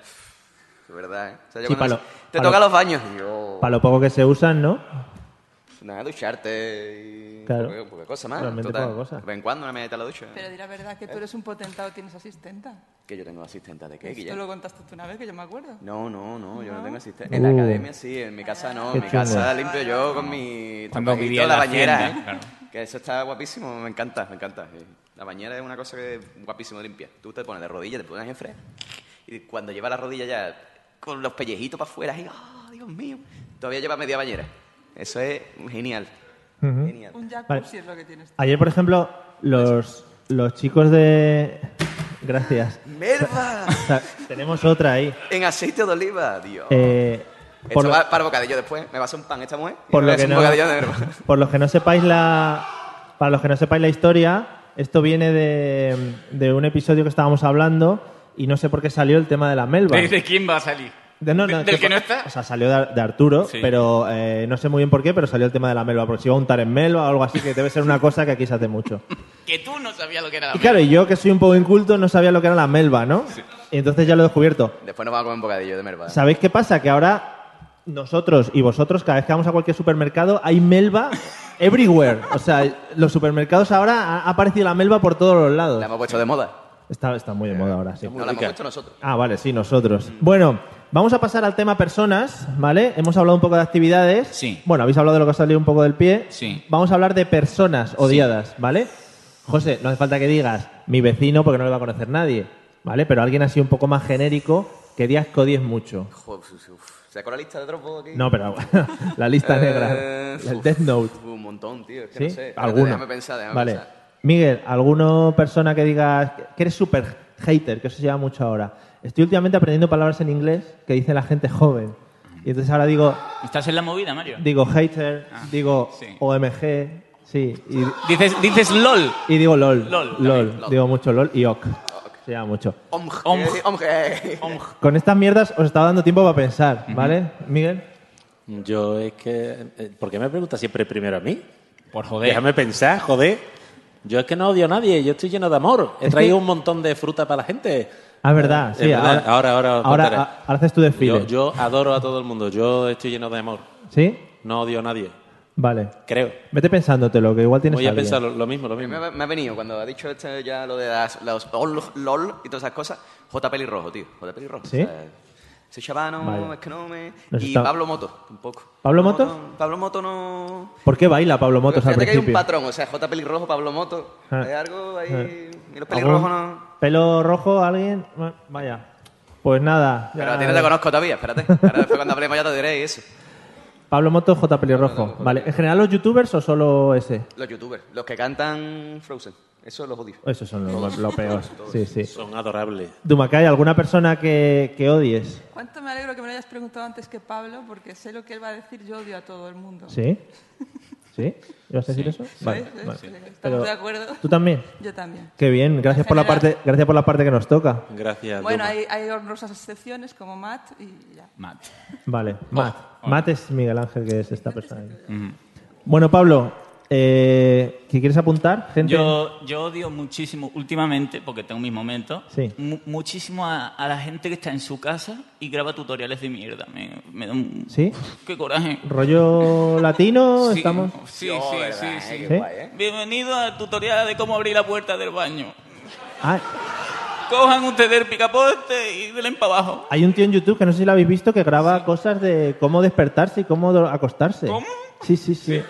Speaker 7: De verdad, ¿eh? O sea, yo
Speaker 4: Sí,
Speaker 7: cuando-
Speaker 4: pa' lo-
Speaker 7: te
Speaker 4: pa'
Speaker 7: toca
Speaker 4: lo-
Speaker 7: los baños. y yo,
Speaker 4: Para lo poco que se usan, ¿no?
Speaker 7: nada, ducharte y.
Speaker 4: Claro.
Speaker 7: Poca, poca cosa más.
Speaker 4: Realmente
Speaker 7: total.
Speaker 4: poca cosa.
Speaker 7: De vez en cuando una media la ducha.
Speaker 5: Pero di la verdad que tú eres un potentado, tienes asistenta.
Speaker 7: Que yo tengo asistente de qué,
Speaker 5: Esto
Speaker 7: Guillermo.
Speaker 5: lo contaste tú una vez, que yo me acuerdo.
Speaker 7: No, no, no, yo no,
Speaker 5: ¿No?
Speaker 7: tengo asistente. En la
Speaker 4: Uh.
Speaker 7: academia sí, en mi casa no.
Speaker 4: Qué
Speaker 7: En mi casa
Speaker 4: chungo.
Speaker 7: limpio yo con mi.
Speaker 6: Cuando
Speaker 7: trapajito,
Speaker 6: vivía en
Speaker 7: la
Speaker 6: la
Speaker 7: bañera.
Speaker 6: hacienda,
Speaker 7: ¿eh? Que eso está guapísimo, me encanta, me encanta. sí. La bañera es una cosa que es guapísimo limpia. Tú te pones de rodillas, te pones en fresco. Y cuando lleva la rodilla ya con los pellejitos para afuera, y ¡ah, Dios mío! Todavía lleva media bañera. Eso es genial. Genial.
Speaker 5: Un jacuzzi
Speaker 4: Vale.
Speaker 5: es lo que tienes. tú.
Speaker 4: Ayer, por ejemplo, los, los chicos de... Gracias.
Speaker 7: ¡Merda!
Speaker 4: O sea, tenemos otra ahí.
Speaker 7: en aceite de oliva, Dios.
Speaker 4: Eh, por,
Speaker 7: Esto
Speaker 4: lo,
Speaker 7: va para bocadillo después. Me va a hacer un pan esta mujer. y
Speaker 4: por lo
Speaker 7: me va a hacer
Speaker 4: que
Speaker 7: un
Speaker 4: no,
Speaker 7: bocadillo de merda.
Speaker 4: por los que no sepáis la, para los que no sepáis la historia, esto viene de, de un episodio que estábamos hablando y no sé por qué salió el tema de la melva.
Speaker 6: ¿De, de quién va a salir?
Speaker 4: De- no, no,
Speaker 6: ¿Del que no está?
Speaker 4: O sea, salió de, Ar- de Arturo,
Speaker 6: Sí.
Speaker 4: pero eh, no sé muy bien por qué, pero salió el tema de la melva, porque si iba a untar en melva o algo así, que debe ser una cosa que aquí se hace mucho.
Speaker 6: Que tú no sabías lo que era la
Speaker 4: Y claro, y yo que soy un poco inculto no sabía lo que era la melva, ¿no? Y entonces ya lo he descubierto.
Speaker 7: Después nos vamos a comer un bocadillo de ¿eh? merda.
Speaker 4: ¿Sabéis qué pasa? Que ahora nosotros y vosotros, cada vez que vamos a cualquier supermercado, hay melva everywhere. O sea, los supermercados ahora ha- ha aparecido la melva por todos los
Speaker 7: La
Speaker 4: lados.
Speaker 7: hemos puesto de moda.
Speaker 4: Está, está muy de moda ahora, sí.
Speaker 7: No, la hemos puesto nosotros.
Speaker 4: Ah, vale, sí, nosotros. Bueno, vamos a pasar al tema personas, ¿vale? Hemos hablado un poco de actividades.
Speaker 6: Sí.
Speaker 4: Bueno, habéis hablado de lo que os ha salido un poco del pie.
Speaker 6: Sí.
Speaker 4: Vamos a hablar de personas odiadas, ¿vale? José, no hace falta que digas mi vecino porque no le va a conocer nadie, ¿vale? Pero alguien así un poco más genérico que digas que odies mucho.
Speaker 7: Joder, uf, uf. ¿Sacó la lista de dropo aquí?
Speaker 4: No, pero la lista
Speaker 7: Eh,
Speaker 4: negra, el
Speaker 7: uf,
Speaker 4: Death Note,
Speaker 7: uf, Un montón, tío. Es que
Speaker 4: ¿sí?
Speaker 7: no sé. Espérate,
Speaker 4: ¿Alguno?
Speaker 7: Déjame pensar, déjame
Speaker 4: vale.
Speaker 7: pensar.
Speaker 4: Miguel, ¿alguna persona que digas que eres súper hater, que eso se lleva mucho ahora. Estoy últimamente aprendiendo palabras en inglés que dice la gente joven. Y entonces ahora digo,
Speaker 6: ¿Estás en la movida, Mario?
Speaker 4: digo hater, digo OMG, sí. Y,
Speaker 6: Dices, dices LOL.
Speaker 4: y digo lol.
Speaker 6: LOL,
Speaker 4: LOL.
Speaker 6: LOL.
Speaker 4: Digo mucho lol y ok. Se llama mucho.
Speaker 7: Omg.
Speaker 6: Omg.
Speaker 7: eh, omg.
Speaker 4: Con estas mierdas os estaba dando tiempo para pensar, ¿vale, Miguel?
Speaker 8: Yo es que. eh, ¿Por qué me preguntas siempre primero a mí?
Speaker 6: Por joder.
Speaker 8: Déjame pensar, joder. Yo es que no odio a nadie, yo estoy lleno de amor. He traído un montón de fruta para la gente. Eh,
Speaker 4: Ah, verdad,
Speaker 8: Es
Speaker 4: sí.
Speaker 8: verdad. Ahora, ahora, os
Speaker 4: ahora,
Speaker 8: contaré.
Speaker 4: a- ahora haces tu desfile.
Speaker 8: Yo, yo adoro a todo el mundo, yo estoy lleno de amor.
Speaker 4: ¿Sí?
Speaker 8: No odio a nadie,
Speaker 4: Vale.
Speaker 8: creo.
Speaker 4: Vete pensándotelo, que igual tienes
Speaker 8: Voy a
Speaker 4: alguien.
Speaker 8: pensar lo, lo mismo, lo mismo.
Speaker 7: Me, ha- me ha venido cuando ha dicho este ya lo de las, los ol- LOL y todas esas cosas. J. Pelirrojo, tío. J. Pelirrojo.
Speaker 4: ¿Sí?
Speaker 7: O sea, soy chavano,
Speaker 4: Vale.
Speaker 7: es que no me...
Speaker 4: Nos
Speaker 7: y
Speaker 4: está-
Speaker 7: Pablo Moto, un poco.
Speaker 4: ¿Pablo Moto?
Speaker 7: no- Pablo Moto no...
Speaker 4: ¿Por qué baila Pablo Motos al
Speaker 7: Fíjate que hay un
Speaker 4: principio?
Speaker 7: patrón, o sea, J. Pelirrojo, Pablo Moto.
Speaker 4: Ah.
Speaker 7: Hay algo ahí... Y los
Speaker 4: ¿Algún
Speaker 7: pelirrojos no...
Speaker 4: ¿Pelo rojo alguien? Bueno, Vaya. Pues nada.
Speaker 7: Pero
Speaker 4: ya-
Speaker 7: a ti no te conozco todavía, espérate. Ahora después cuando hablemos ya te diré eso.
Speaker 4: Pablo Moto, J. Pelirrojo. Vale. ¿En general los youtubers o solo ese?
Speaker 7: Los youtubers, los que cantan Frozen. Eso los odio.
Speaker 4: Esos son los lo peor. Sí, sí.
Speaker 8: Son adorables.
Speaker 4: Dumacay, ¿alguna persona que, que odies?
Speaker 5: Cuánto me alegro que me lo hayas preguntado antes que Pablo, porque sé lo que él va a decir, yo odio a todo el mundo.
Speaker 4: ¿Sí? ¿Sí? ¿Ibas a decir eso? Vale.
Speaker 5: sí,
Speaker 4: vale.
Speaker 5: sí, estamos
Speaker 4: Pero-
Speaker 5: de acuerdo.
Speaker 4: ¿Tú también?
Speaker 5: Yo también.
Speaker 4: Qué bien. Gracias por, la
Speaker 5: general.
Speaker 4: parte, gracias por la parte que nos toca.
Speaker 8: Gracias.
Speaker 5: Bueno,
Speaker 8: Duma.
Speaker 5: hay, hay honrosas excepciones como Matt y ya.
Speaker 6: Matt.
Speaker 4: Vale, Matt. Matt es Miguel Ángel, que es esta persona. aquí. Bueno, Pablo, eh, ¿qué quieres apuntar? Gente.
Speaker 6: Yo, yo odio muchísimo, últimamente, porque tengo mis momentos,
Speaker 4: Sí.
Speaker 6: mu- muchísimo a, a la gente que está en su casa y graba tutoriales de mierda. Me, me da un...
Speaker 4: ¿Sí?
Speaker 6: ¡Qué coraje!
Speaker 4: ¿Rollo latino?
Speaker 6: Sí,
Speaker 4: ¿Estamos?
Speaker 6: Sí,
Speaker 7: Yo,
Speaker 8: Oh,
Speaker 6: sí, sí,
Speaker 7: ¿verdad?
Speaker 6: sí.
Speaker 7: Eh,
Speaker 4: ¿Sí?
Speaker 7: qué guay, ¿eh?
Speaker 6: Bienvenido al tutorial de cómo abrir la puerta del baño.
Speaker 4: Ah,
Speaker 6: Cojan ustedes el picaporte y denle para abajo.
Speaker 4: hay un tío en YouTube que no sé si lo habéis visto que graba cosas de cómo despertarse y cómo do- acostarse.
Speaker 6: ¿Cómo?
Speaker 4: Sí, sí, sí.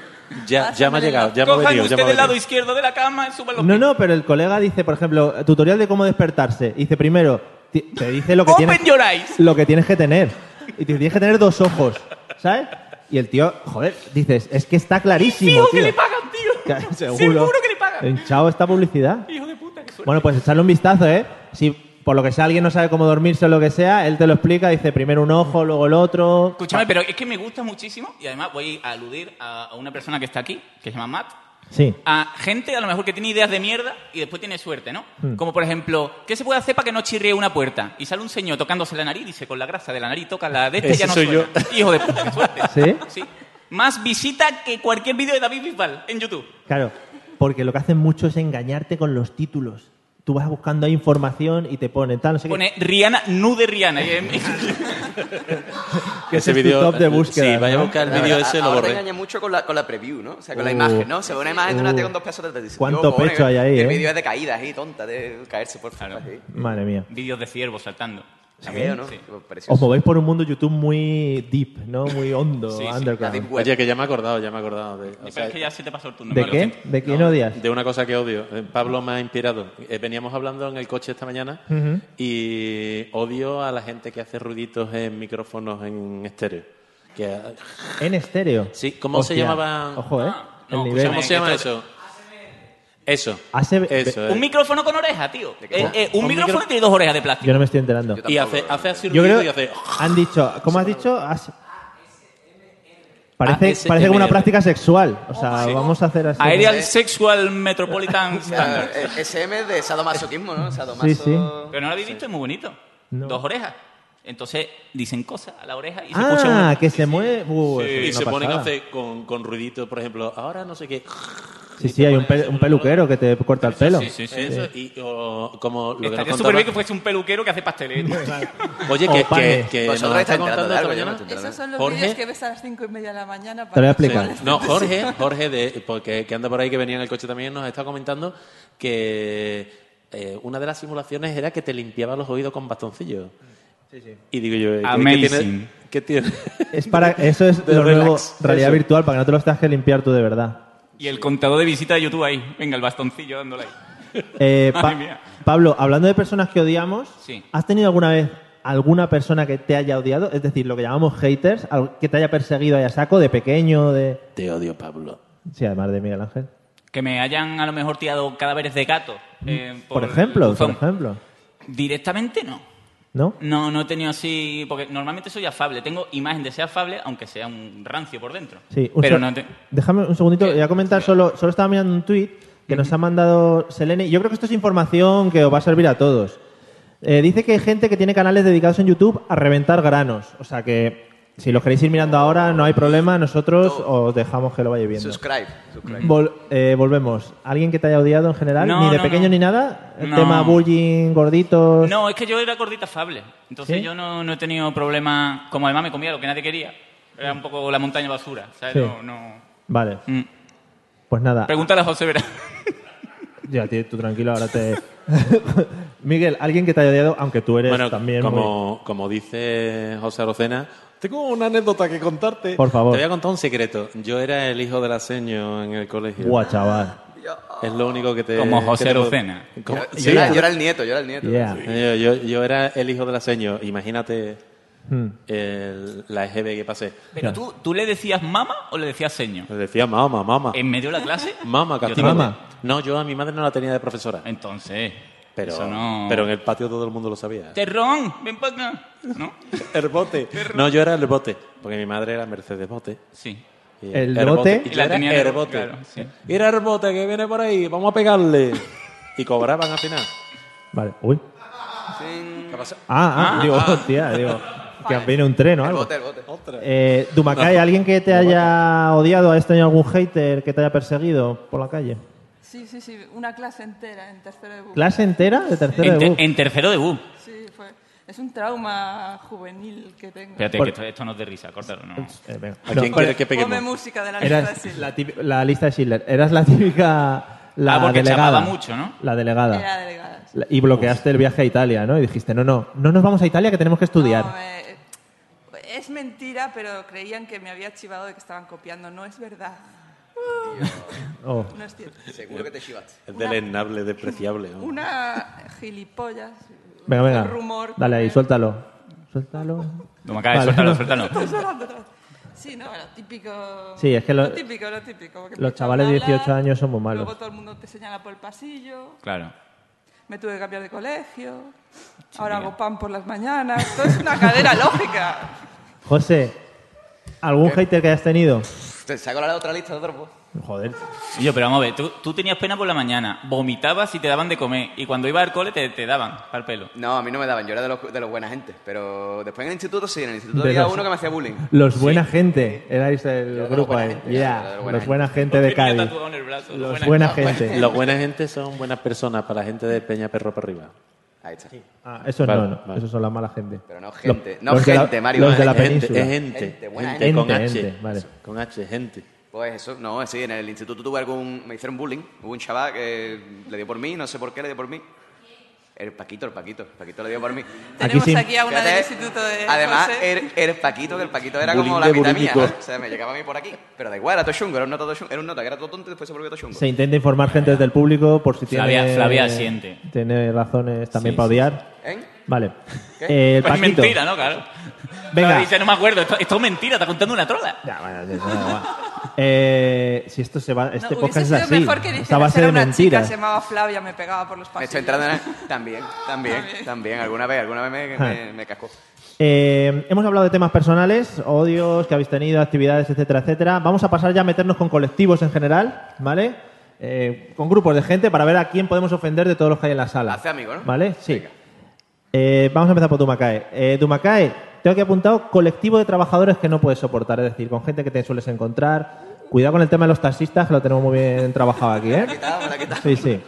Speaker 8: Ya, ya me ha llegado, ya me ha
Speaker 6: Cojan
Speaker 8: Ah, venido. ya me ha
Speaker 6: ustedes el lado
Speaker 8: venido.
Speaker 6: izquierdo de la cama y suban los
Speaker 4: No,
Speaker 6: pies.
Speaker 4: no, pero el colega dice, por ejemplo, tutorial de cómo despertarse. Dice primero, ti- te dice lo que
Speaker 6: Open
Speaker 4: tienes,
Speaker 6: your eyes.
Speaker 4: lo que tienes que tener. Y te tienes que tener dos ojos, ¿sabes? Y el tío, joder, dices, es que está clarísimo.
Speaker 6: Fijo
Speaker 4: tío.
Speaker 6: que le pagan,
Speaker 4: Claro,
Speaker 6: tío.
Speaker 4: Seguro.
Speaker 6: que le pagan.
Speaker 4: Hinchado esta publicidad.
Speaker 6: Hijo de puta, qué suerte.
Speaker 4: Bueno, pues echarle un vistazo, ¿eh? Si por lo que sea alguien no sabe cómo dormirse o lo que sea, él te lo explica, dice primero un ojo, luego el otro.
Speaker 6: Escúchame, pero es que me gusta muchísimo y además voy a aludir a a una persona que está aquí, que se llama Matt,
Speaker 4: Sí.
Speaker 6: a gente a lo mejor que tiene ideas de mierda y después tiene suerte, ¿no? Como por ejemplo, ¿qué se puede hacer para que no chirríe una puerta? Y sale un señor tocándose la nariz, dice, con la grasa de la nariz toca la de este y
Speaker 8: Ese
Speaker 6: ya no
Speaker 8: soy
Speaker 6: suena. Hijo de puta, qué suerte.
Speaker 4: ¿Sí?
Speaker 6: Más visita que cualquier vídeo de David Bisbal en YouTube.
Speaker 4: Claro, porque lo que hacen mucho es engañarte con los títulos. Tú vas buscando ahí información y te pone tal, no sé qué.
Speaker 6: Pone Rihanna, nude Rihanna. Y, em,
Speaker 4: que
Speaker 8: Ese
Speaker 4: ese es tu
Speaker 8: vídeo. eh,
Speaker 4: top de búsqueda,
Speaker 8: Sí, vaya a
Speaker 4: ¿no?
Speaker 8: buscar el
Speaker 7: Ahora-
Speaker 8: vídeo ese, lo
Speaker 7: ahora te
Speaker 8: borré.
Speaker 7: engaña mucho con la, con la preview, ¿no? O sea, con la
Speaker 4: Uh.
Speaker 7: imagen, ¿no? Se ve una imagen de una tía con dos pedazos de tetis.
Speaker 4: Cuánto
Speaker 7: Digo, pobre,
Speaker 4: pecho hay ahí,
Speaker 7: El
Speaker 4: ¿eh?
Speaker 7: vídeo es de caídas ahí, tonta, de caerse por fuera. ahí.
Speaker 4: Madre mía.
Speaker 6: vídeos de ciervos saltando.
Speaker 7: ¿Sí? ¿o no?
Speaker 6: Sí.
Speaker 7: Precioso.
Speaker 4: Os movéis por un mundo YouTube muy deep, ¿no? Muy hondo,
Speaker 6: Sí, sí.
Speaker 4: underground.
Speaker 7: La deep web.
Speaker 8: Oye, que ya me he acordado, ya me he acordado. De, o
Speaker 6: Pero
Speaker 8: sea,
Speaker 6: es que ya se te pasó el turno.
Speaker 4: ¿De
Speaker 6: vale, lo
Speaker 4: qué?
Speaker 6: siento.
Speaker 4: ¿De quién odias?
Speaker 8: De una cosa que odio. Eh, Pablo me ha inspirado. Eh, Veníamos hablando en el coche esta mañana y odio a la gente que hace ruiditos en micrófonos en estéreo. Que,
Speaker 4: En estéreo.
Speaker 8: Sí, ¿cómo se llamaba?
Speaker 4: Ojo, ¿eh?
Speaker 6: no,
Speaker 4: el nivel.
Speaker 8: ¿Cómo se llama eso? Eso.
Speaker 4: ACB.
Speaker 8: Eso. eh.
Speaker 6: Un micrófono con oreja, tío.
Speaker 7: qué?
Speaker 6: Eh, eh, un,
Speaker 8: Un
Speaker 6: micrófono
Speaker 8: micro-
Speaker 6: tiene dos orejas de plástico.
Speaker 4: Yo no me estoy enterando.
Speaker 7: Yo
Speaker 8: Y hace, hace así
Speaker 4: Yo
Speaker 8: ruido
Speaker 4: creo
Speaker 8: y hace...
Speaker 4: han dicho, ¿cómo has dicho? Has- Parece,
Speaker 8: ASMR.
Speaker 4: parece como una práctica sexual. O sea, vamos a hacer así.
Speaker 6: Aerial Sexual Metropolitan Standard.
Speaker 7: Ah, eh, SM de sadomasoquismo, ¿no? Sadomaso... Eh,
Speaker 4: Sí, sí.
Speaker 6: Pero no lo habéis visto, es muy bonito.
Speaker 4: No.
Speaker 6: Dos orejas. Entonces dicen cosas a la oreja y se escucha
Speaker 4: Ah,
Speaker 6: una.
Speaker 4: que se mueve. Uh, eso es
Speaker 8: Y
Speaker 4: una
Speaker 8: se ponen a
Speaker 4: pasada.
Speaker 8: hacer con, con ruiditos, por ejemplo, ahora no sé qué.
Speaker 4: Sí, sí, hay un, pe- un peluquero que te corta el pelo.
Speaker 6: Sí, sí, sí.
Speaker 8: Eso, y o, como lo que nos
Speaker 6: Estaría
Speaker 8: contaba-
Speaker 6: súper bien que fuese un peluquero que hace pasteles.
Speaker 8: Oye,
Speaker 4: O
Speaker 8: que,
Speaker 4: panes.
Speaker 8: que, que Eh,
Speaker 6: Pues
Speaker 8: nos está
Speaker 7: Vosotros estáis enterando
Speaker 8: contando
Speaker 7: de
Speaker 8: esta
Speaker 7: algo, yo no
Speaker 8: mañana.
Speaker 7: estoy enterando.
Speaker 5: Esos son los
Speaker 8: Jorge.
Speaker 5: vídeos que ves a las cinco y media de la mañana.
Speaker 4: Te lo voy a
Speaker 5: para-
Speaker 4: explicar.
Speaker 8: Sí. No, Jorge, Jorge de, porque, que anda por ahí, que venía en el coche también, nos está comentando que eh, una de las simulaciones era que te limpiaba los oídos con bastoncillos. Y digo yo, ¿qué- ¿qué,
Speaker 6: Amazing.
Speaker 8: tiene? ¿Qué tiene?
Speaker 4: Es para, eso es
Speaker 8: De
Speaker 4: lo
Speaker 8: relax,
Speaker 4: nuevo, realidad
Speaker 8: eso.
Speaker 4: virtual, para que no te los tengas que limpiar tú de verdad.
Speaker 6: Y el contador de visitas de YouTube ahí. Venga, el bastoncillo dándole ahí.
Speaker 4: Eh, Pa-
Speaker 6: Madre mía.
Speaker 4: Pablo, hablando de personas que odiamos,
Speaker 6: Sí.
Speaker 4: ¿has tenido alguna vez alguna persona que te haya odiado? Es decir, lo que llamamos haters, al- que te haya perseguido ahí a saco, de pequeño, de...
Speaker 8: Te odio, Pablo.
Speaker 4: Sí, además de Miguel Ángel.
Speaker 6: Que me hayan a lo mejor tirado cadáveres de gato. eh,
Speaker 4: Mm, Por, ejemplo,
Speaker 6: el
Speaker 4: por
Speaker 6: buzón.
Speaker 4: ejemplo.
Speaker 6: Directamente no.
Speaker 4: ¿No?
Speaker 6: No, no he tenido así. Porque normalmente soy afable. Tengo imagen de ser afable, aunque sea un rancio por dentro.
Speaker 4: Sí, un
Speaker 6: Pero
Speaker 4: seg-
Speaker 6: no te-
Speaker 4: Déjame un segundito, voy a comentar solo, solo estaba mirando un tuit que nos ha mandado Selene. Yo creo que esto es información que os va a servir a todos. Eh, dice que hay gente que tiene canales dedicados en YouTube a reventar granos. O sea que si los queréis ir mirando ahora, no hay problema. Nosotros os dejamos que lo vayáis viendo.
Speaker 7: Subscribe. subscribe.
Speaker 4: Vol- eh, volvemos. ¿Alguien que te haya odiado en general?
Speaker 6: No,
Speaker 4: ni de
Speaker 6: no,
Speaker 4: pequeño
Speaker 6: no.
Speaker 4: ni nada. El
Speaker 6: No.
Speaker 4: tema bullying, gorditos.
Speaker 6: No, es que yo era gordita afable. Entonces
Speaker 4: ¿Sí?
Speaker 6: yo no, no he tenido problemas. Como además me comía lo que nadie quería. Era un poco la montaña basura. ¿sabes?
Speaker 4: Sí.
Speaker 6: No, no-
Speaker 4: Vale.
Speaker 6: Mm.
Speaker 4: Pues nada.
Speaker 6: Pregúntale a José Vera.
Speaker 4: Ya, tío, tú tranquilo, ahora te. Miguel, alguien que te haya odiado, aunque tú eres
Speaker 8: Bueno,
Speaker 4: Pues también. muy-
Speaker 8: como, como dice José Arocena, tengo una anécdota que contarte.
Speaker 4: Por favor.
Speaker 8: Te voy a contar un secreto. Yo era el hijo de la seño en el colegio.
Speaker 4: Guau, chaval.
Speaker 8: Es lo único que te...
Speaker 6: Como José
Speaker 8: que te-
Speaker 6: Arocena.
Speaker 8: Como-
Speaker 7: Yo,
Speaker 8: Sí,
Speaker 7: era, yo era el nieto, yo era el nieto.
Speaker 4: Yeah.
Speaker 8: Yo, yo- yo era el hijo de la seño. Imagínate
Speaker 4: Hmm.
Speaker 8: el- la EGB que pasé.
Speaker 6: ¿Pero tú, tú le decías mama o le decías seño?
Speaker 8: Le decía mamá, mamá.
Speaker 6: ¿En medio de la clase?
Speaker 8: Mamá,
Speaker 6: Yo
Speaker 8: castígate.
Speaker 4: Mamá.
Speaker 8: No, yo a mi madre no la tenía de profesora.
Speaker 6: Entonces.
Speaker 8: Pero,
Speaker 6: eso no.
Speaker 8: pero en el patio todo el mundo lo sabía.
Speaker 6: Terrón, ven para acá. ¿No?
Speaker 8: El bote. No, yo era el bote. Porque mi madre era Mercedes Bote.
Speaker 6: Sí.
Speaker 8: Y
Speaker 4: ¿El bote?
Speaker 8: Y
Speaker 6: Y
Speaker 8: yo
Speaker 6: la
Speaker 8: era
Speaker 6: tenía en el-
Speaker 8: el bote.
Speaker 6: claro, sí.
Speaker 8: Era el bote que viene por ahí, vamos a pegarle. Y cobraban al final.
Speaker 4: Vale, uy.
Speaker 7: Sin-
Speaker 4: Ah, ah, digo, hostia, digo. Que viene un tren o
Speaker 7: El
Speaker 4: algo.
Speaker 7: bote, el bote.
Speaker 4: Eh, Dumacay, ¿alguien que te haya odiado? ¿Has tenido algún hater que te haya perseguido por la calle?
Speaker 5: Sí, sí, sí, una clase entera en tercero de buque.
Speaker 4: ¿Clase entera de tercero
Speaker 6: En,
Speaker 4: de
Speaker 6: te-
Speaker 4: BUP?
Speaker 6: en tercero de bu.
Speaker 5: Sí, fue. Es un trauma juvenil que tengo.
Speaker 6: Espérate,
Speaker 4: Por-
Speaker 6: que esto, esto no es de risa, córtalo. No.
Speaker 4: Eh, venga.
Speaker 8: ¿A quién
Speaker 4: No,
Speaker 8: quieres que
Speaker 5: Ponme
Speaker 8: peguemos?
Speaker 5: música de la lista
Speaker 4: Eras
Speaker 5: de
Speaker 4: la, típ- la lista de Schiller. Eras la típica. La
Speaker 6: Ah, porque
Speaker 4: delegada.
Speaker 6: chapaba mucho, ¿no?
Speaker 4: La delegada.
Speaker 5: Era delegada.
Speaker 4: La- Y bloqueaste el viaje a Italia, ¿no? Y dijiste, no, no, no nos vamos a Italia que tenemos que estudiar.
Speaker 5: No, eh, es mentira, pero creían que me había chivado de que estaban copiando. No es verdad.
Speaker 4: Oh.
Speaker 5: No es cierto.
Speaker 7: Seguro que te chivaste.
Speaker 8: Es delenable, despreciable. ¿no?
Speaker 5: Una gilipollas.
Speaker 4: Venga, venga.
Speaker 5: un rumor.
Speaker 4: Dale ahí, suéltalo. Suéltalo.
Speaker 6: No me acabes,
Speaker 4: Vale.
Speaker 6: suéltalo, suéltalo.
Speaker 5: Estoy llorando otra vez. Sí, no, lo típico.
Speaker 4: Sí, es que lo-
Speaker 5: típico, lo típico. porque
Speaker 4: los
Speaker 5: empezaban
Speaker 4: chavales
Speaker 5: a
Speaker 4: de
Speaker 5: hablar,
Speaker 4: 18 años son muy malos.
Speaker 5: Luego todo el mundo te señala por el pasillo.
Speaker 6: Claro.
Speaker 5: Me tuve que cambiar de colegio. Ahora hago pan por las mañanas. Todo es una cadena lógica.
Speaker 4: José, ¿algún hater que hayas tenido?
Speaker 7: Te saco la otra lista de otro, pues.
Speaker 4: Joder.
Speaker 6: Y Yo, pero vamos a ver, tú, tú tenías pena por la mañana, vomitabas y te daban de comer, y cuando ibas al cole te, te daban para el pelo.
Speaker 7: No, a mí no me daban, yo era de los, de los buena gente. Pero después en el instituto sí, en el instituto
Speaker 4: De
Speaker 7: había
Speaker 4: los-
Speaker 7: uno que me hacía bullying.
Speaker 4: Los buena gente. Erais
Speaker 7: Yo
Speaker 4: el
Speaker 7: era
Speaker 4: grupo
Speaker 7: buena
Speaker 4: ahí.
Speaker 7: gente,
Speaker 4: Ya,
Speaker 7: yo era buena
Speaker 4: los
Speaker 7: gente.
Speaker 4: buena gente de
Speaker 6: Tenía
Speaker 4: Cádiz.
Speaker 6: tatuado en el brazo, lo
Speaker 4: Los
Speaker 6: buena-
Speaker 4: buena gente.
Speaker 8: Los buenas gentes son buenas personas para la gente de Peña Perro para arriba.
Speaker 7: Ahí está.
Speaker 4: Ah, esos
Speaker 8: Vale,
Speaker 4: no, no.
Speaker 8: vale.
Speaker 4: Esos son la mala gente.
Speaker 7: Pero no
Speaker 4: Los-
Speaker 7: gente, no
Speaker 4: los de la-
Speaker 7: gente, Mario,
Speaker 4: Los de la
Speaker 7: gente,
Speaker 8: Gente,
Speaker 4: península.
Speaker 8: es gente.
Speaker 7: Gente, buena
Speaker 8: Gente con
Speaker 4: gente.
Speaker 8: H.
Speaker 4: Gente, vale.
Speaker 8: Con H, gente.
Speaker 7: Pues eso, no, sí, en el instituto tuve algún. Me hicieron bullying. Hubo un chaval que le dio por mí, no sé por qué le dio por mí. El Paquito, el Paquito, el Paquito le dio por mí.
Speaker 5: Tenemos
Speaker 4: sí.
Speaker 5: aquí, a una del
Speaker 7: Fíjate,
Speaker 5: instituto de.
Speaker 7: Además, er-
Speaker 5: José.
Speaker 7: el, el Paquito, que el Paquito era
Speaker 8: Bullying
Speaker 7: como la
Speaker 8: de
Speaker 7: mitad mía.
Speaker 8: bulímico.
Speaker 7: ¿no? O sea, me llegaba a mí por aquí. Pero da igual, era todo chungo, era un nota, todo chungo, era un nota que era todo tonto y después se volvió todo chungo.
Speaker 4: Se intenta informar gente del público por si
Speaker 6: Flavia-
Speaker 4: tiene, eh,
Speaker 6: Flavia asiente.
Speaker 4: tiene razones también
Speaker 6: Sí,
Speaker 4: para
Speaker 6: sí,
Speaker 4: odiar.
Speaker 7: ¿Eh?
Speaker 4: Vale.
Speaker 7: ¿Qué?
Speaker 4: Eh, el
Speaker 6: Pues es
Speaker 4: Paquito.
Speaker 6: mentira, ¿no? Claro.
Speaker 4: Venga.
Speaker 6: Pero dice, no me acuerdo, esto, esto es mentira, está contando una trola.
Speaker 4: Ya, bueno, ya, ya, ya, ya. Eh, si esto se va, este
Speaker 5: no,
Speaker 4: podcast es
Speaker 5: hubiese sido
Speaker 4: así.
Speaker 5: mejor que
Speaker 4: Esta
Speaker 5: dijeras,
Speaker 4: base
Speaker 5: era
Speaker 4: de
Speaker 5: una chica,
Speaker 4: mentiras.
Speaker 5: se llamaba Flavia, me pegaba por los
Speaker 7: Me
Speaker 5: pasillos.
Speaker 7: estoy entrando en. También, también, también. Alguna vez, alguna vez me,
Speaker 4: Ah.
Speaker 7: me, me cascó.
Speaker 4: Eh, hemos hablado de temas personales, odios que habéis tenido, actividades, etcétera, etcétera. Vamos a pasar ya a meternos con colectivos en general, ¿vale? Eh, con grupos de gente para ver a quién podemos ofender de todos los que hay en la sala.
Speaker 7: Hace amigo, ¿no?
Speaker 4: ¿Vale? Sí. Eh, vamos a empezar por Dumacae. Eh, Dumacae, tengo aquí apuntado colectivo de trabajadores que no puedes soportar, es decir, con gente que te sueles encontrar. Cuidado con el tema de los taxistas, que lo tenemos muy bien trabajado aquí, ¿eh?
Speaker 7: Quitaba, me la quitaba.
Speaker 4: Sí, sí.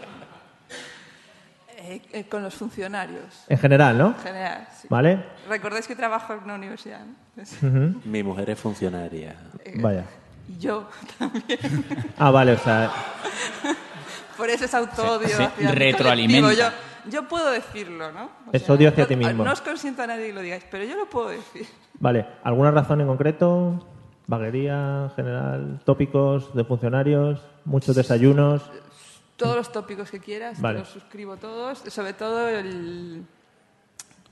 Speaker 5: Eh, eh, con los funcionarios,
Speaker 4: En general, ¿no?
Speaker 5: en general. sí.
Speaker 4: ¿Vale?
Speaker 5: Recordáis que trabajo en una universidad. ¿no? Pues,
Speaker 8: Mi mujer es funcionaria.
Speaker 7: Eh.
Speaker 4: Vaya.
Speaker 5: Y yo también.
Speaker 4: Ah, vale, o sea,
Speaker 5: Por eso es autoodio.
Speaker 6: Se- se
Speaker 5: hacia mi
Speaker 6: retroalimenta.
Speaker 5: colectivo. Yo, yo puedo decirlo, ¿no? O
Speaker 4: Es odio hacia
Speaker 5: no-
Speaker 4: ti mismo.
Speaker 5: No os consiento a nadie que lo digáis, pero yo lo puedo decir.
Speaker 4: vale. ¿Alguna razón en concreto? Vaguería, general, tópicos de funcionarios, muchos desayunos.
Speaker 5: Todos los tópicos que quieras,
Speaker 4: Vale.
Speaker 5: te los suscribo todos. Sobre todo el.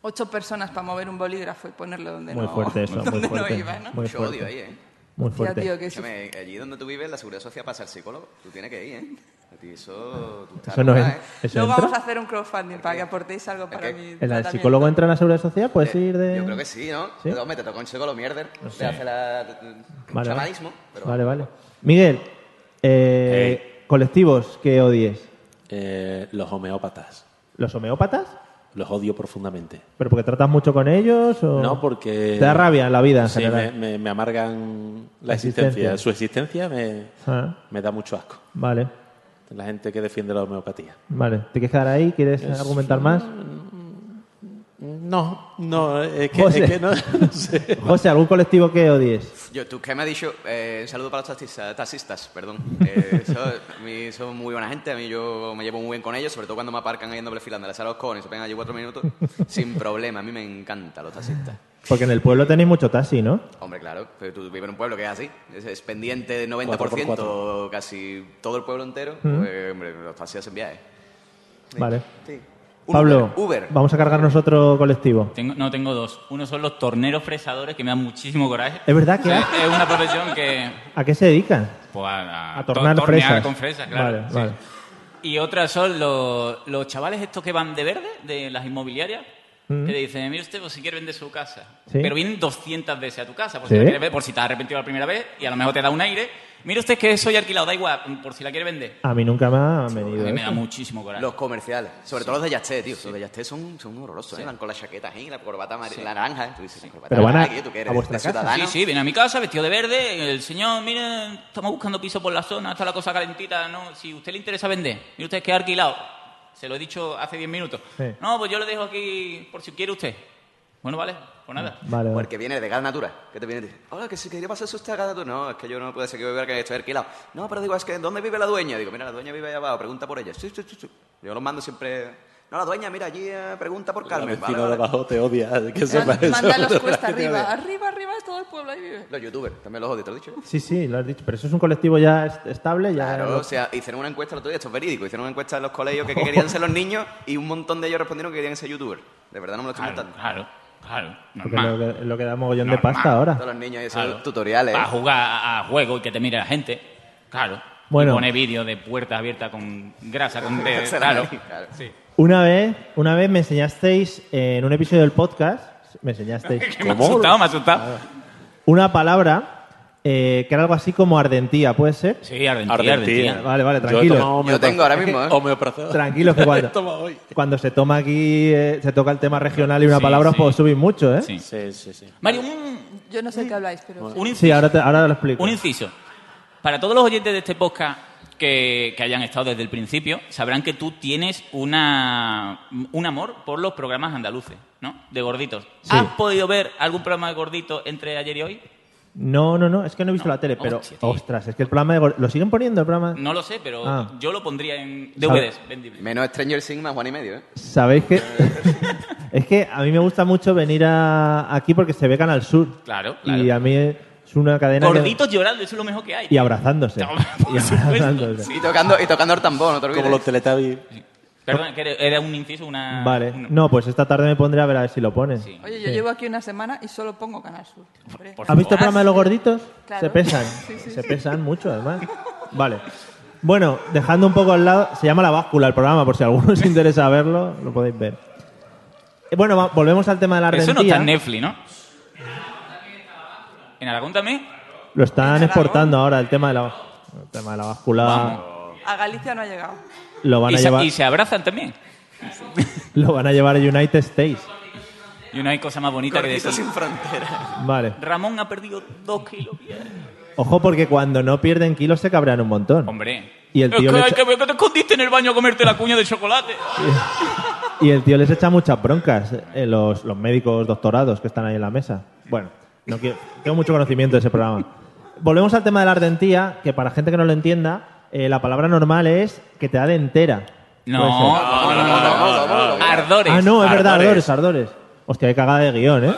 Speaker 5: Ocho personas para mover un bolígrafo y ponerlo donde
Speaker 4: Muy
Speaker 5: no,
Speaker 4: fuerte eso,
Speaker 5: donde
Speaker 4: muy fuerte.
Speaker 5: no iba, ¿no?
Speaker 4: Muy
Speaker 7: Mucho odio ahí,
Speaker 4: fuerte.
Speaker 7: ¿eh?
Speaker 4: Muy
Speaker 5: Ya, tío,
Speaker 4: fuerte.
Speaker 5: que eso-
Speaker 7: Escúchame, allí donde tú vives, la seguridad social pasa al psicólogo. Tú tienes que ir, ¿eh? A ti eso... tú estás
Speaker 4: Eso no
Speaker 7: loca,
Speaker 4: es-
Speaker 7: ¿eh?
Speaker 4: eso
Speaker 5: Luego
Speaker 4: entra?
Speaker 5: vamos a hacer un crowdfunding para que aportéis algo para mí.
Speaker 4: ¿El psicólogo entra en la seguridad social? ¿Puedes ir de...?
Speaker 7: Eh, Yo creo que sí, ¿no?
Speaker 4: ¿Sí?
Speaker 7: Hombre, te toca un chico lo mierder.
Speaker 4: No
Speaker 7: Te
Speaker 4: sé.
Speaker 7: hace la...
Speaker 4: Vale, vale.
Speaker 7: chamanismo, pero...
Speaker 4: Vale, vale. Miguel, eh, colectivos que odies.
Speaker 8: Eh, los homeópatas.
Speaker 4: ¿Los homeópatas?
Speaker 8: Los odio profundamente.
Speaker 4: ¿Pero porque tratas mucho con ellos? O...
Speaker 8: No, porque...
Speaker 4: Oh. Te da rabia la vida en
Speaker 8: Sí,
Speaker 4: general.
Speaker 8: me, me- me amargan la
Speaker 4: La
Speaker 8: existencia.
Speaker 4: existencia.
Speaker 8: Su existencia me,
Speaker 4: Ah.
Speaker 8: me da mucho asco.
Speaker 4: Vale,
Speaker 8: La gente que defiende la homeopatía.
Speaker 4: vale. ¿Te quieres quedar ahí? ¿Quieres
Speaker 8: Es-
Speaker 4: argumentar más?
Speaker 8: No, no, es que,
Speaker 4: José.
Speaker 8: es que no, no sé.
Speaker 4: José, ¿algún colectivo que odies?
Speaker 7: Yo, tú que me has dicho, eh, un saludo para los taxistas, taxistas, perdón. Eh, so- a mí son muy buena gente, a mí yo me llevo muy bien con ellos, sobre todo cuando me aparcan ahí en doble fila, me les a los cones, se pegan allí cuatro minutos, sin problema, a mí me encantan los taxistas.
Speaker 4: Porque en el pueblo tenéis mucho taxi, ¿no?
Speaker 7: Hombre, claro, pero tú vives en un pueblo que es así, es, es pendiente del 90%,
Speaker 8: Cuatro por cuatro.
Speaker 7: casi todo el pueblo entero,
Speaker 4: Mm.
Speaker 7: pues, hombre, los taxis hacen viajes.
Speaker 4: Vale.
Speaker 7: Sí. Un
Speaker 4: Pablo,
Speaker 7: Uber, Uber.
Speaker 4: vamos a cargarnos otro colectivo.
Speaker 6: Tengo- no, tengo dos. Uno son los torneros fresadores, que me dan muchísimo coraje.
Speaker 4: ¿Es verdad que
Speaker 6: Es,
Speaker 4: ha-
Speaker 6: es una profesión que...
Speaker 4: ¿A qué se dedican?
Speaker 6: pues, a, a
Speaker 4: A tornar
Speaker 6: to- tornear
Speaker 4: fresas.
Speaker 6: con fresas, claro.
Speaker 4: Vale,
Speaker 6: sí.
Speaker 4: vale.
Speaker 6: Y otras son los, los chavales estos que van de verde, de las inmobiliarias, que le dicen, mire usted, pues si quiere vender su casa.
Speaker 4: Mm. Sí.
Speaker 6: Pero vienen 200 veces a tu casa, por
Speaker 4: Sí.
Speaker 6: si la quieres ver, por si te has arrepentido la primera vez, y a lo mejor te da un aire. Mire usted que soy alquilado, da igual, por si la quiere vender.
Speaker 4: A mí nunca me han
Speaker 6: A
Speaker 4: venido.
Speaker 6: mí me
Speaker 4: ¿eh?
Speaker 6: da muchísimo coraje.
Speaker 7: Los comerciales, sobre todo los de Yasté, tío. Los de Yasté son, son horrorosos, ¿eh? Van con las chaquetas ahí, la corbata amarilla, la naranja. ¿eh? Tú dices, la corbata
Speaker 4: Pero van a-
Speaker 7: naranja, ¿qué? ¿tú qué eres?
Speaker 4: a vuestra
Speaker 7: ¿De
Speaker 4: casa.
Speaker 7: ciudadano?
Speaker 6: Sí, sí, viene a mi casa vestido de verde. El señor, mire, estamos buscando piso por la zona, está la cosa calentita. ¿no? Si usted le interesa vender, mire usted que ha alquilado. Se lo he dicho hace 10 minutos.
Speaker 4: Sí.
Speaker 6: No, pues yo le dejo aquí por si quiere usted. Bueno, vale, pues nada.
Speaker 4: Vale, vale.
Speaker 7: Porque viene de Gas Natura. Que te viene y dice, hola, que si quería pasar su usted a Gas Natura. No, es que yo no puedo decir que voy a ver que estoy alquilado. No, pero digo, es que ¿dónde vive la dueña? Digo, mira, la dueña vive allá abajo, pregunta por ella. Sí, sí, sí, sí. Yo los mando siempre. No, la dueña, mira, allí eh, pregunta por
Speaker 8: El
Speaker 7: Carmen. Vale,
Speaker 8: vecino de
Speaker 7: vale.
Speaker 8: abajo te odia. Que sepa eso.
Speaker 5: Mándalos cuesta arriba. Arriba, arriba, todo el pueblo ahí vive.
Speaker 7: Los youtubers, también los odio, te lo he dicho.
Speaker 4: Sí, sí, lo has dicho. Pero eso es un colectivo ya est- estable, ya.
Speaker 7: Claro, o sea, hicieron una encuesta el otro día, esto es verídico, hicieron una encuesta en los colegios que, qué querían ser los niños y un montón de ellos respondieron que querían ser youtubers. De verdad no me lo estoy
Speaker 6: Claro, claro,
Speaker 7: inventando.
Speaker 6: claro.
Speaker 4: Porque
Speaker 6: normal.
Speaker 4: lo que, lo que da mogollón de
Speaker 6: Normal.
Speaker 4: pasta ahora.
Speaker 7: Todos los niños y esos
Speaker 6: Claro.
Speaker 7: tutoriales.
Speaker 6: Para jugar a- a juego y que te mire la gente. Claro.
Speaker 4: Bueno.
Speaker 6: Y pone vídeo de puerta abierta con grasa, con dedos,
Speaker 7: Grasa en la
Speaker 6: eh, claro.
Speaker 7: nariz, claro.
Speaker 6: Sí.
Speaker 4: Una vez, una vez me enseñasteis eh, en un episodio del podcast, me enseñasteis
Speaker 6: Me ha asustado, me ha asustado.
Speaker 4: una palabra eh, que era algo así como ardentía, ¿puede ser?
Speaker 6: Sí, ardentía,
Speaker 8: Ardentía.
Speaker 6: ardentía.
Speaker 4: Vale, vale,
Speaker 8: Yo he
Speaker 4: tranquilo.
Speaker 8: tomado
Speaker 7: Yo tengo ahora mismo, ¿eh?
Speaker 8: Homeoprazol.
Speaker 4: Tranquilos que cuando,
Speaker 8: Toma hoy.
Speaker 4: cuando se toma aquí, eh, se toca el tema regional y una
Speaker 6: Sí,
Speaker 4: palabra os
Speaker 6: sí.
Speaker 4: puedo subir mucho, ¿eh?
Speaker 6: Sí.
Speaker 8: Sí, sí, sí.
Speaker 6: Mario, un,
Speaker 5: Yo no sé qué habláis, pero...
Speaker 6: un
Speaker 4: Sí, ahora, te- ahora lo explico.
Speaker 6: Un inciso. Para todos los oyentes de este podcast que, que hayan estado desde el principio, sabrán que tú tienes una, un amor por los programas andaluces, ¿no? De gorditos.
Speaker 4: Sí.
Speaker 6: ¿Has podido ver algún programa de gorditos entre ayer y hoy?
Speaker 4: No, no, no, es que no he visto la tele, pero
Speaker 6: Hostia, tío. Mm.
Speaker 4: ostras, es que el programa de gor- ¿Lo siguen poniendo el programa?
Speaker 6: No lo sé, pero
Speaker 4: Ah.
Speaker 6: yo lo pondría en
Speaker 4: ¿Sabe-
Speaker 6: DVDs vendibles.
Speaker 7: Menos Stranger Things más Juan y medio, ¿eh?
Speaker 4: ¿Sabéis que Es que a mí me gusta mucho venir a, aquí porque se ve Canal Sur.
Speaker 6: Claro,
Speaker 4: Y
Speaker 6: claro.
Speaker 4: a mí es una cadena... que-
Speaker 6: Gorditos llorando, eso es lo mejor que hay.
Speaker 4: Y abrazándose.
Speaker 6: No, por
Speaker 4: y
Speaker 6: supuesto,
Speaker 4: abrazándose.
Speaker 7: Y tocando, y tocando el tambor, no te olvides.
Speaker 8: Como los teletubbies.
Speaker 6: Perdón, que era un inciso, una...
Speaker 4: Vale.
Speaker 6: una-
Speaker 4: No, pues esta tarde me pondré a ver a ver si lo ponen.
Speaker 6: Ah, Sí.
Speaker 5: Oye, yo llevo aquí una semana y solo pongo Canal Sur. hombre.
Speaker 6: Por
Speaker 4: ¿Has visto el
Speaker 6: favor.
Speaker 4: programa de los gorditos?
Speaker 5: Claro.
Speaker 4: Se pesan.
Speaker 5: Sí, sí,
Speaker 4: se
Speaker 5: sí.
Speaker 4: pesan mucho, además. Vale. Bueno, dejando un poco al lado, se llama La Báscula el programa, por si a alguno os interesa verlo, lo podéis ver. Eh, Bueno, va- volvemos al tema de la
Speaker 6: Eso
Speaker 4: ardentía.
Speaker 6: no está en Netflix, ¿no? ¿En Aragón también?
Speaker 4: Lo están
Speaker 5: Aragón.
Speaker 4: exportando ahora, el tema de la, bás- el tema de la báscula.
Speaker 6: Vamos.
Speaker 5: A Galicia no ha llegado.
Speaker 4: Lo van,
Speaker 6: Y
Speaker 4: a
Speaker 6: se-
Speaker 4: llevar,
Speaker 6: y se abrazan también.
Speaker 4: lo van a llevar a United States.
Speaker 6: Y no hay cosa más bonita que
Speaker 7: Gorditos
Speaker 6: decir.
Speaker 7: sin fronteras.
Speaker 4: Vale.
Speaker 6: Ramón ha perdido dos kilos. bien.
Speaker 4: Ojo, porque cuando no pierden kilos se cabrean un montón.
Speaker 6: Hombre.
Speaker 4: Y el tío
Speaker 6: es que,
Speaker 4: le
Speaker 6: ay,
Speaker 4: echa-
Speaker 6: que veo que te escondiste en el baño a comerte la cuña de chocolate.
Speaker 4: Y el tío les echa muchas broncas, eh, los, los médicos doctorados que están ahí en la mesa. Bueno, no quiero- tengo mucho conocimiento de ese programa. Volvemos al tema de la ardentía, que para gente que no lo entienda, eh, la palabra normal es que te da de entera.
Speaker 6: No,
Speaker 4: Puede ser.
Speaker 6: no, no, no, no, no, no. Ardores.
Speaker 4: Ah, no, es verdad, ardores, ardores. Hostia, qué cagada de guión, ¿eh?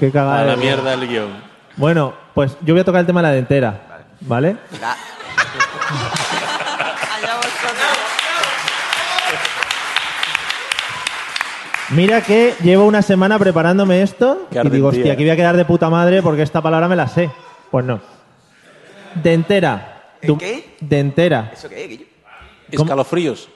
Speaker 4: Qué
Speaker 8: A
Speaker 4: cagada de
Speaker 8: la
Speaker 4: guión.
Speaker 8: mierda el guión.
Speaker 4: Bueno, pues yo voy a tocar el tema de la dentera, ¿vale?
Speaker 7: La-
Speaker 5: Allá vosotros.
Speaker 4: Mira que llevo una semana preparándome esto
Speaker 8: Qué
Speaker 4: y digo,
Speaker 8: ardentía.
Speaker 4: hostia, aquí voy a quedar de puta madre porque esta palabra me la sé. Pues no. Dentera.
Speaker 7: ¿El
Speaker 4: Tú-
Speaker 7: qué?
Speaker 4: Dentera.
Speaker 7: ¿Eso qué, Guillo?
Speaker 8: escalofríos.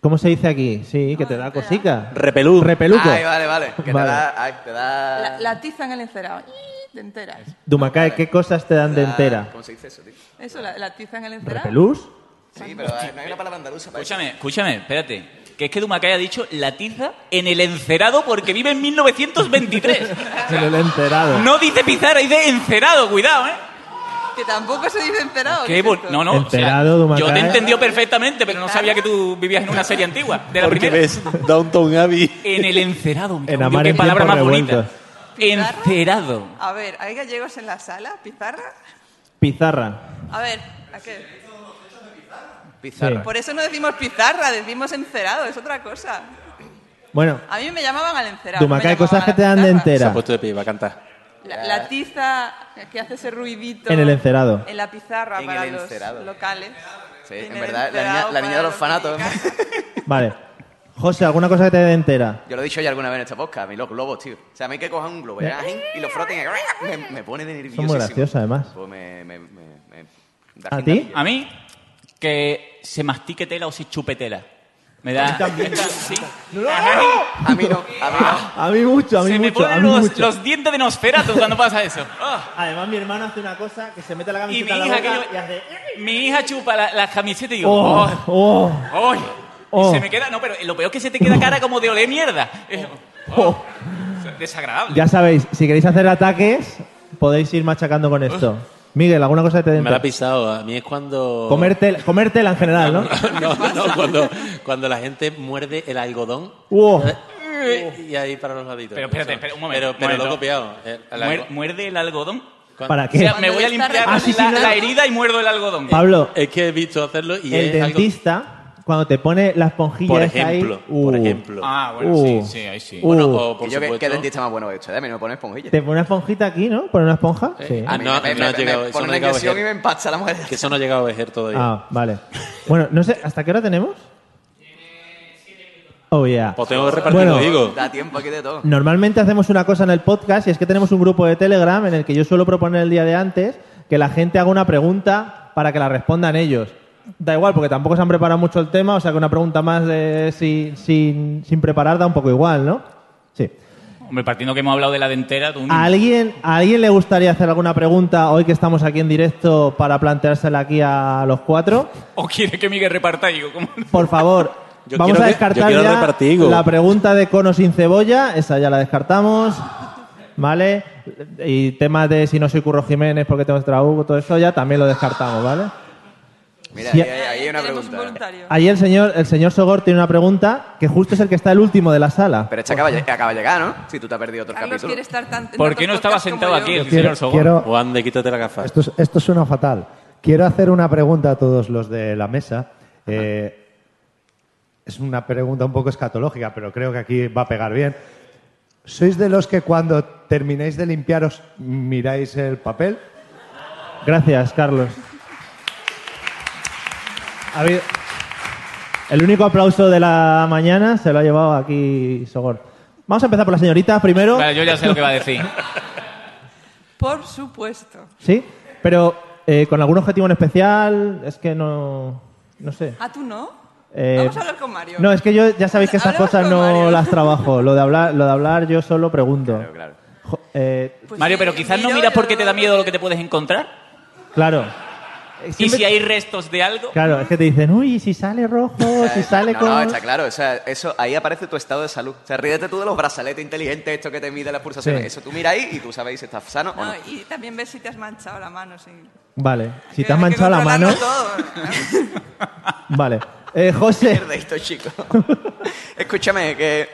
Speaker 4: ¿Cómo se dice aquí? Sí, que te da cosica.
Speaker 8: Repelú.
Speaker 4: Repeluco.
Speaker 7: Ay, vale, vale. Que te
Speaker 4: Ah, Vale.
Speaker 7: da. ay, te
Speaker 4: Ah.
Speaker 7: da-
Speaker 5: La, la tiza en el encerado. ¡Ih! Te enteras.
Speaker 4: Dumacae, ¿qué cosas te dan de
Speaker 7: te da-
Speaker 4: entera?
Speaker 7: ¿Cómo se dice eso, tío?
Speaker 5: Eso, la, la tiza en el encerado.
Speaker 4: ¿Repelús?
Speaker 7: Sí, pero ah, no hay una palabra andaluza para eso.
Speaker 6: Escúchame, escúchame, espérate. Que es que Dumacay ha dicho la tiza en el encerado porque vive en 1923.
Speaker 4: Se lo he enterado.
Speaker 6: No dice pizarra, dice encerado, cuidado, ¿eh?
Speaker 5: Que tampoco se dice encerado.
Speaker 6: Qué bon- No, no, o sea,
Speaker 4: Enterado, Dumacay.
Speaker 6: yo te entendió perfectamente, pero no sabía que tú vivías en una serie antigua. De la
Speaker 8: Porque
Speaker 6: primera.
Speaker 8: ves Downton Abbey.
Speaker 6: En el encerado. me
Speaker 4: En
Speaker 6: cago
Speaker 4: amar
Speaker 6: Dios,
Speaker 4: en
Speaker 6: qué palabra
Speaker 4: tiempos
Speaker 6: más bonita.
Speaker 4: revueltos.
Speaker 5: ¿Pizarra?
Speaker 6: Encerado.
Speaker 5: A ver, ¿hay gallegos en la sala? ¿Pizarra?
Speaker 4: Pizarra.
Speaker 5: A ver, ¿a qué?
Speaker 4: Pizarra.
Speaker 5: Por eso no decimos pizarra, decimos encerado, es otra cosa.
Speaker 4: Bueno,
Speaker 5: A mí me llamaban al encerado. no me
Speaker 4: Dumacae,
Speaker 5: llamaban
Speaker 4: cosas que
Speaker 5: a la
Speaker 4: te dan de
Speaker 5: pizarra.
Speaker 8: Se ha
Speaker 4: entera.
Speaker 8: puesto Pues de pie, iba a cantar.
Speaker 5: La, la tiza que hace ese ruidito.
Speaker 4: En el encerado.
Speaker 5: En la pizarra
Speaker 7: En
Speaker 5: para
Speaker 7: el
Speaker 5: los
Speaker 7: encerado.
Speaker 5: locales.
Speaker 7: Sí,
Speaker 5: En
Speaker 7: en
Speaker 5: el
Speaker 7: verdad, la
Speaker 5: enterado
Speaker 7: niña, la niña
Speaker 5: para
Speaker 7: del
Speaker 5: los
Speaker 7: orfanato.
Speaker 5: dominicanos.
Speaker 4: Vale. José, ¿alguna cosa que te dé de entera?
Speaker 7: Yo lo he dicho ya alguna vez en esta podcast, a mí los globos, tío. O sea, a mí que cojan un globo y lo froten y me, me pone de nervioso.
Speaker 4: graciosos, además.
Speaker 7: Pues me, me, me, me- da
Speaker 4: ¿A
Speaker 7: gente
Speaker 4: ti?
Speaker 7: nerviosa.
Speaker 6: A mí, que se mastique tela o se chupe tela. Me da. Sí.
Speaker 7: A mí no, a mí no.
Speaker 4: A mí mucho, a mí
Speaker 6: Se me
Speaker 4: mucho, a
Speaker 6: ponen
Speaker 4: mí
Speaker 6: los,
Speaker 4: mucho.
Speaker 6: los dientes de Nosferatu cuando pasa eso. Ah.
Speaker 4: Además, mi hermano hace una cosa que se mete la
Speaker 6: Y mi
Speaker 4: camiseta en la
Speaker 6: hija, que
Speaker 4: boca
Speaker 6: yo-
Speaker 4: y hace...
Speaker 6: mi hija chupa la, la camiseta y digo,
Speaker 4: ¡Oh!
Speaker 6: "Oh,
Speaker 4: ¡Oh!
Speaker 6: oh". Y
Speaker 4: Oh.
Speaker 6: se me queda, no, pero lo peor es que se te queda cara como de olé mierda. Es-
Speaker 4: ¡Oh!
Speaker 6: Desagradable.
Speaker 4: Ya sabéis, si queréis hacer ataques, podéis ir machacando con esto. Miguel, ¿alguna cosa que te dé
Speaker 8: Me la ha
Speaker 4: entera?
Speaker 8: pisado. A mí es cuando.
Speaker 4: Comer tela- comer tela en general, ¿no?
Speaker 8: no, no, cuando, cuando la gente muerde el algodón.
Speaker 4: ¡Oh!
Speaker 8: Y ahí para los laditos.
Speaker 6: Pero espérate,
Speaker 8: Eso.
Speaker 6: espera, un momento,
Speaker 8: Pero, pero
Speaker 6: un momento.
Speaker 8: lo he copiado. eh, El- el
Speaker 6: Muer-
Speaker 8: algo-
Speaker 6: muerde el algodón.
Speaker 8: cuando-
Speaker 4: ¿Para
Speaker 6: O
Speaker 4: qué? Ah,
Speaker 6: sea, me voy a
Speaker 5: Cuando
Speaker 6: limpiar
Speaker 5: está
Speaker 6: la,
Speaker 4: remontando.
Speaker 6: la herida y muerdo el algodón.
Speaker 4: Pablo,
Speaker 8: Es que he visto hacerlo Eh, y
Speaker 4: el
Speaker 8: es algo-
Speaker 4: dentista, cuando te pone la esponjilla
Speaker 8: Por
Speaker 4: esa
Speaker 8: ejemplo,
Speaker 4: ahí, uh,
Speaker 8: por ejemplo.
Speaker 6: Ah, bueno,
Speaker 4: Uh.
Speaker 6: sí, sí, ahí sí.
Speaker 4: Uh.
Speaker 8: Bueno, o por
Speaker 7: Que yo, que, que
Speaker 8: supuesto-
Speaker 7: dentista más bueno de hecho, dame, no me pone esponjilla.
Speaker 4: te pone una esponjita aquí, ¿no? ¿Pone una esponja? Sí.
Speaker 8: Ah, no, no ha llegado,
Speaker 7: me
Speaker 8: eso
Speaker 7: pone
Speaker 8: no
Speaker 7: una
Speaker 8: ha llegado a
Speaker 7: inyección y
Speaker 8: ver.
Speaker 7: me empacha la mujer.
Speaker 8: Que eso no ha llegado a vejer todavía.
Speaker 4: Ah, vale. Bueno, no sé, ¿hasta qué hora tenemos? Oh, yeah.
Speaker 8: Pues tengo que repartir, lo
Speaker 4: Bueno. Mm,
Speaker 8: digo.
Speaker 7: Da tiempo aquí de todo.
Speaker 4: Normalmente hacemos una cosa en el podcast y es que tenemos un grupo de Telegram en el que yo suelo proponer el día de antes que la gente haga una pregunta para que la respondan ellos. Da igual, porque tampoco se han preparado mucho el tema, o sea que una pregunta más de si- sin, sin preparar da un poco igual, ¿no? Sí.
Speaker 6: Hombre, partiendo que hemos hablado de la dentera, tú...
Speaker 4: ¿A alguien, ¿A alguien le gustaría hacer alguna pregunta hoy que estamos aquí en directo para planteársela aquí a los cuatro?
Speaker 6: ¿O quieres que Miguel reparta? Digo, ¿cómo?
Speaker 4: Por favor,
Speaker 8: Yo
Speaker 4: vamos
Speaker 8: quiero
Speaker 4: a
Speaker 8: que-
Speaker 4: descartar
Speaker 8: yo quiero
Speaker 4: ya
Speaker 8: repartir, Hugo.
Speaker 4: la pregunta de cono sin cebolla, esa ya la descartamos, ¿vale? Y temas de si no soy Curro Jiménez porque tengo trabuco, todo eso ya también lo descartamos, ¿vale?
Speaker 7: Mira,
Speaker 4: Sí.
Speaker 7: ahí, Eh, ahí hay una
Speaker 5: Tenemos un
Speaker 7: pregunta.
Speaker 5: voluntario.
Speaker 4: Ahí el señor, el señor Sogor tiene una pregunta que justo es el que está el último de la sala.
Speaker 7: Pero este acaba, acaba de llegar, ¿no? Si tú te has perdido otro
Speaker 5: Carlos
Speaker 7: capítulo.
Speaker 5: quiere estar tan. en
Speaker 6: ¿Por qué no
Speaker 5: tantos
Speaker 6: estaba
Speaker 5: podcasts
Speaker 6: sentado
Speaker 5: como
Speaker 6: aquí
Speaker 5: yo?
Speaker 6: el señor Sogor?
Speaker 8: Juan, de quítate la gafa.
Speaker 11: Esto, es- esto suena fatal. Quiero hacer una pregunta a todos los de la mesa. Eh, es una pregunta un poco escatológica, pero creo que aquí va a pegar bien. ¿Sois de los que cuando termináis de limpiaros miráis el papel?
Speaker 4: Gracias, Carlos. Ha habido- El único aplauso de la mañana se lo ha llevado aquí Sogor. Vamos a empezar por la señorita primero.
Speaker 6: Vale, yo ya sé lo que va a decir.
Speaker 5: Por supuesto.
Speaker 4: Sí, pero eh, con algún objetivo en especial, es que no. No sé.
Speaker 5: ¿A Ah, tú no?
Speaker 4: Eh,
Speaker 5: Vamos a hablar con Mario.
Speaker 4: No, es que yo ya sabéis que esas
Speaker 5: Hablemos
Speaker 4: cosas
Speaker 5: con
Speaker 4: no
Speaker 5: Mario.
Speaker 4: las trabajo. Lo de hablar, lo de hablar yo solo pregunto. eh, Claro,
Speaker 7: Claro.
Speaker 5: Pues
Speaker 6: Mario,
Speaker 5: sí,
Speaker 6: pero quizás no
Speaker 5: miro,
Speaker 6: miras
Speaker 5: yo-
Speaker 6: porque te da miedo lo que te puedes encontrar.
Speaker 4: claro. Eh,
Speaker 6: Y
Speaker 4: siempre-
Speaker 6: si hay restos de algo...
Speaker 4: Claro, es que te dicen, uy, si sale rojo, si sale
Speaker 7: Eh, no,
Speaker 4: con.
Speaker 7: no, está claro. O sea, eso, ahí aparece tu estado de salud. O sea, ríete tú de los brazaletes inteligentes estos que te miden las pulsaciones.
Speaker 4: Sí.
Speaker 7: Eso tú mira ahí y tú sabes si estás sano o
Speaker 5: No,
Speaker 7: no.
Speaker 5: y también ves si te has manchado la mano. sí.
Speaker 4: Vale, si
Speaker 5: Que
Speaker 4: te has
Speaker 5: hay que
Speaker 4: manchado la mano.
Speaker 5: controlarlo todo.
Speaker 4: Vale. Eh, José,
Speaker 7: Mierda esto, chicos. Escúchame, que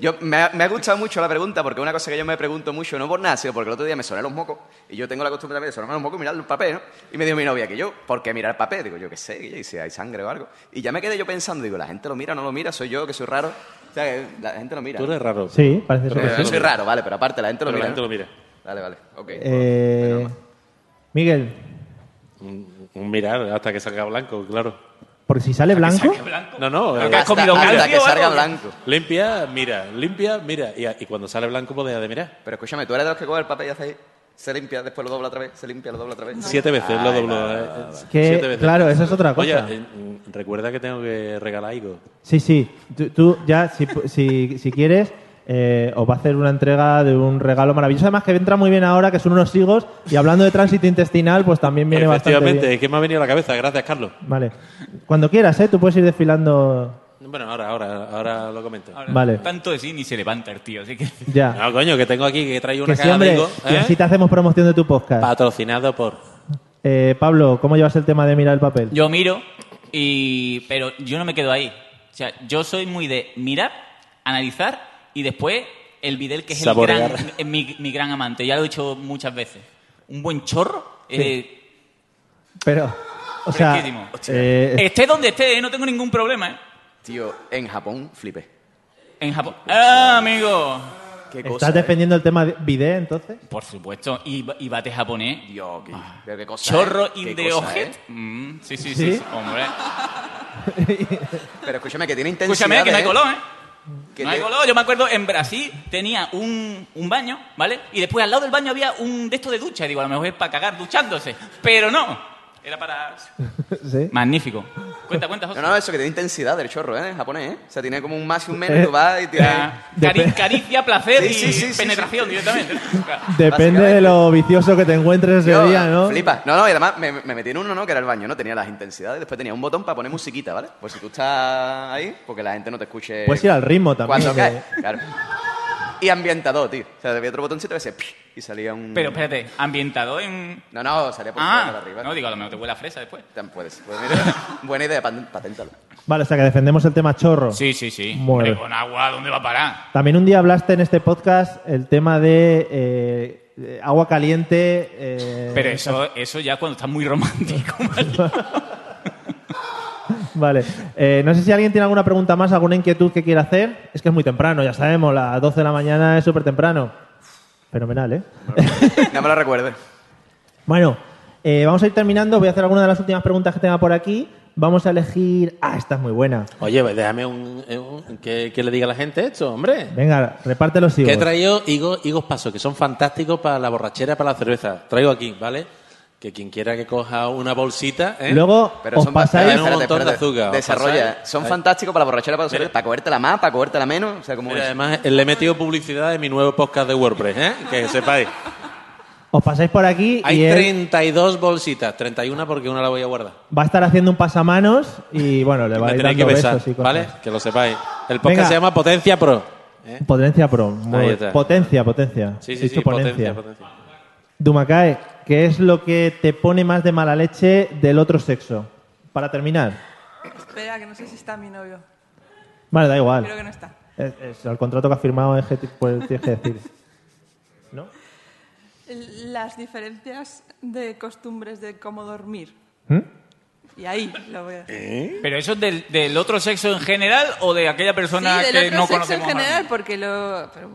Speaker 7: yo, me, ha, me ha gustado mucho la pregunta porque una cosa que yo me pregunto mucho, no por nada, sino porque el otro día me soné los mocos y yo tengo la costumbre también de sonarme los mocos y mirar el papel, ¿no? Y me dijo mi novia que yo, ¿por qué mirar el papel? Digo, yo qué sé, y si hay sangre o algo. Y ya me quedé yo pensando, digo, ¿la gente lo mira o no lo mira? ¿Soy yo que soy raro? O sea, que la gente lo mira.
Speaker 8: Tú
Speaker 7: ¿no?
Speaker 8: eres raro.
Speaker 4: sí, parece ser
Speaker 7: Pero
Speaker 4: que
Speaker 7: yo
Speaker 4: sí.
Speaker 7: soy raro, vale, pero aparte la gente lo
Speaker 8: Pero la
Speaker 7: mira.
Speaker 8: gente
Speaker 7: ¿no?
Speaker 8: lo mira.
Speaker 7: Vale, vale, ok.
Speaker 4: Eh, Miguel,
Speaker 8: Un, un mirar hasta que salga blanco, claro.
Speaker 4: porque si sale blanco.
Speaker 8: No, no.
Speaker 6: Creo
Speaker 8: eh,
Speaker 6: que has
Speaker 7: Hasta-
Speaker 6: comido un
Speaker 7: hasta
Speaker 6: calcio
Speaker 7: que
Speaker 6: o
Speaker 7: salga
Speaker 6: algo.
Speaker 7: blanco.
Speaker 8: Limpia, mira. Limpia, mira. Y, a- y cuando sale blanco, pues deja de mirar.
Speaker 7: Pero escúchame, tú eres de los que coge el papel y hace ahí. Se limpia, después lo dobla otra vez, se limpia, lo dobla otra vez.
Speaker 8: Siete
Speaker 4: Ah,
Speaker 8: veces lo
Speaker 7: Ay,
Speaker 8: doblo.
Speaker 7: va,
Speaker 8: eh,
Speaker 7: va, va.
Speaker 8: siete
Speaker 4: Que,
Speaker 8: veces.
Speaker 4: claro, eso es otra cosa.
Speaker 8: Oye, eh, mm, recuerda que tengo que regalar algo.
Speaker 4: Sí, sí. Tú, tú ya, si, pu- si, si quieres, eh, os va a hacer una entrega de un regalo maravilloso. Además, que entra muy bien ahora, que son unos higos. Y hablando de tránsito intestinal, pues también viene bastante
Speaker 8: Efectivamente,
Speaker 4: bien.
Speaker 8: es que me ha venido a la cabeza. Gracias, Carlos.
Speaker 4: Vale. Cuando quieras, ¿eh? Tú puedes ir desfilando.
Speaker 8: Bueno, ahora, ahora, ahora lo comento.
Speaker 4: Vale.
Speaker 6: Tanto de sí ni se levanta el tío, así que...
Speaker 4: Ya.
Speaker 8: No, coño, que tengo aquí que traigo una
Speaker 4: Que sí,
Speaker 8: caja de
Speaker 4: hombre,
Speaker 8: amigos,
Speaker 4: y
Speaker 8: ¿eh?
Speaker 4: así te hacemos promoción de tu podcast.
Speaker 8: Patrocinado por...
Speaker 4: Eh, Pablo, ¿cómo llevas el tema de mirar el papel?
Speaker 6: Yo miro, y pero yo no me quedo ahí. O sea, yo soy muy de mirar, analizar y después el Videl, que es el
Speaker 8: Saborear.
Speaker 6: gran, eh, mi, mi gran amante. Ya lo he dicho muchas veces. Un buen chorro. eh,
Speaker 4: Pero, o sea,
Speaker 6: fresquísimo.
Speaker 4: eh,
Speaker 6: esté donde esté, eh, no tengo ningún problema. eh.
Speaker 7: Tío, en Japón flipé.
Speaker 6: En Japón. ¡Ah, amigo!
Speaker 7: Qué cosa. ¿eh?
Speaker 4: ¿estás defendiendo el tema de Bidé, entonces?
Speaker 6: Por supuesto. Y, ba- y bate japonés.
Speaker 7: Dios, qué,
Speaker 4: Ah.
Speaker 7: pero qué cosa.
Speaker 6: Chorro
Speaker 7: ¿eh? Qué
Speaker 6: in the
Speaker 7: cosa,
Speaker 6: ojet.
Speaker 7: ¿eh?
Speaker 6: Mm, sí,
Speaker 4: ¿Sí?
Speaker 6: sí, sí, sí, hombre.
Speaker 7: Pero escúchame, que tiene intensidad.
Speaker 6: Escúchame, que no hay
Speaker 7: ¿eh?
Speaker 6: color, ¿eh?
Speaker 7: Que
Speaker 6: no hay
Speaker 7: tiene-
Speaker 6: color. Yo me acuerdo en Brasil tenía un, un baño, ¿vale? Y después al lado del baño había un de esto de ducha. Y digo, a lo mejor es para cagar duchándose. Pero no. Era para.
Speaker 4: Sí.
Speaker 6: Magnífico. Cuenta, cuenta, José.
Speaker 7: No, no, eso que tiene intensidad del chorro, ¿eh? En japonés, ¿eh? O sea, tiene como un más y un menos,
Speaker 4: Eh,
Speaker 7: tú vas y tienes...
Speaker 6: Ya. Cari- caricia, placer
Speaker 7: Sí, sí, sí,
Speaker 6: y
Speaker 7: sí,
Speaker 6: penetración directamente.
Speaker 4: Depende de lo vicioso que te encuentres ese
Speaker 7: Tío,
Speaker 4: día, ¿no?
Speaker 7: Flipa. No, no, y además me, me metí en uno, ¿no? Que era el baño, ¿no? Tenía las intensidades, después tenía un botón para poner musiquita, ¿vale? Pues si tú estás ahí, porque la gente no te escuche.
Speaker 4: Puedes ir al ritmo también,
Speaker 7: Cuando
Speaker 4: que-
Speaker 7: caes, claro. Y ambientador, tío. O sea, había otro botoncito que se y salía un.
Speaker 6: Pero espérate, ambientado en.
Speaker 7: No, no, salía por fuera, para
Speaker 6: Ah,
Speaker 7: arriba.
Speaker 6: no, digo, a lo mejor te huele a fresa después.
Speaker 7: Tan puedes. Pues mira, buena idea, pat- paténtalo.
Speaker 4: Vale, o sea, que defendemos el tema chorro.
Speaker 6: Sí, sí, sí.
Speaker 4: Muy
Speaker 6: Hombre,
Speaker 4: bien.
Speaker 6: con agua, ¿dónde va a parar?
Speaker 4: También un día hablaste en este podcast el tema de eh, eh, agua caliente. eh,
Speaker 6: Pero eso, eso ya cuando estás muy romántico. ¿vale?
Speaker 4: Vale. Eh, no sé si alguien tiene alguna pregunta más, alguna inquietud que quiera hacer. Es que es muy temprano, ya sabemos, las 12 de la mañana es súper temprano. Fenomenal, ¿eh?
Speaker 7: No me lo recuerdes.
Speaker 4: Bueno, eh, vamos a ir terminando. Voy a hacer alguna de las últimas preguntas que tenga por aquí. Vamos a elegir. Ah, esta es muy buena.
Speaker 8: Oye, pues déjame un, eh, un- que, que le diga a la gente esto, hombre.
Speaker 4: Venga, reparte los
Speaker 8: Que he
Speaker 4: higos.
Speaker 8: traído higos, higos pasos, que son fantásticos para la borrachera, para la cerveza. Traigo aquí, ¿vale? Que quien quiera que coja una bolsita, ¿eh?
Speaker 4: Luego
Speaker 7: Pero
Speaker 4: os
Speaker 7: son bast-
Speaker 4: pasáis.
Speaker 8: Tienen un montón de azúcar, os
Speaker 7: Desarrolla.
Speaker 8: pasáis.
Speaker 7: Son
Speaker 8: Ahí.
Speaker 7: fantásticos para la borrachera, para, para coértela más, para coértela menos. O sea, como
Speaker 8: Mira,
Speaker 7: es.
Speaker 8: además, eh, le he metido publicidad de mi nuevo podcast de WordPress, ¿eh? Que sepáis.
Speaker 4: Os pasáis por aquí
Speaker 8: Hay
Speaker 4: y él
Speaker 8: 32 bolsitas, 31 porque una la voy a guardar.
Speaker 4: va a estar haciendo un pasamanos y bueno, le va
Speaker 8: Me
Speaker 4: a ir
Speaker 8: tenéis
Speaker 4: dando
Speaker 8: que besar,
Speaker 4: besos y cosas.
Speaker 8: ¿vale? Que lo sepáis. El podcast
Speaker 4: Venga.
Speaker 8: se llama Potencia Pro.
Speaker 4: Potencia pro. Muy
Speaker 8: Ahí
Speaker 4: bien.
Speaker 8: está.
Speaker 4: Potencia, potencia.
Speaker 8: Sí,
Speaker 4: He
Speaker 8: sí,
Speaker 4: dicho
Speaker 8: sí, potencia, potencia.
Speaker 4: Dumakae, ¿qué es lo que te pone más de mala leche del otro sexo? Para terminar.
Speaker 5: Espera, que no sé si está mi novio.
Speaker 4: Vale, da igual.
Speaker 5: Creo que no está.
Speaker 4: Es- es el contrato que has firmado es que ti- pues, tienes que decir. ¿No?
Speaker 5: Las diferencias de costumbres de cómo dormir.
Speaker 4: ¿Mm?
Speaker 5: Y ahí lo voy a decir.
Speaker 6: ¿Pero eso es del, del otro sexo en general o de aquella persona
Speaker 5: sí, del
Speaker 6: que
Speaker 5: otro
Speaker 6: no
Speaker 5: sexo en
Speaker 6: conocemos? más?
Speaker 5: general, porque lo... Pero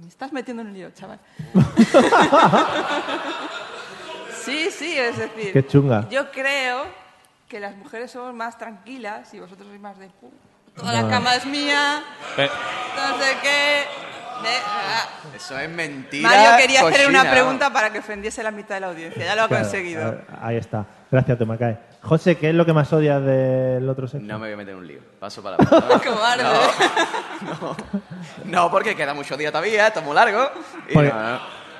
Speaker 5: me estás metiendo en un lío, chaval. sí, sí, es decir...
Speaker 4: Qué chunga.
Speaker 5: Yo creo que las mujeres somos más tranquilas y vosotros sois más de... "Uh, Toda
Speaker 4: Ah.
Speaker 5: la cama es mía,
Speaker 6: Pero-
Speaker 5: no sé qué... me- ah".
Speaker 7: Eso es mentira.
Speaker 5: Mario quería hacer una
Speaker 7: cochina,
Speaker 5: pregunta para que ofendiese la mitad de la audiencia. Ya lo ha
Speaker 4: Claro,
Speaker 5: conseguido.
Speaker 4: a- Ahí está. Gracias, Dumakae. José, ¿qué es lo que más odias del otro sexo?
Speaker 7: No me voy a meter en un lío. Paso para la
Speaker 5: Cobarde.
Speaker 7: No, no, porque queda mucho día todavía, está muy largo. Y
Speaker 4: Porque
Speaker 7: no,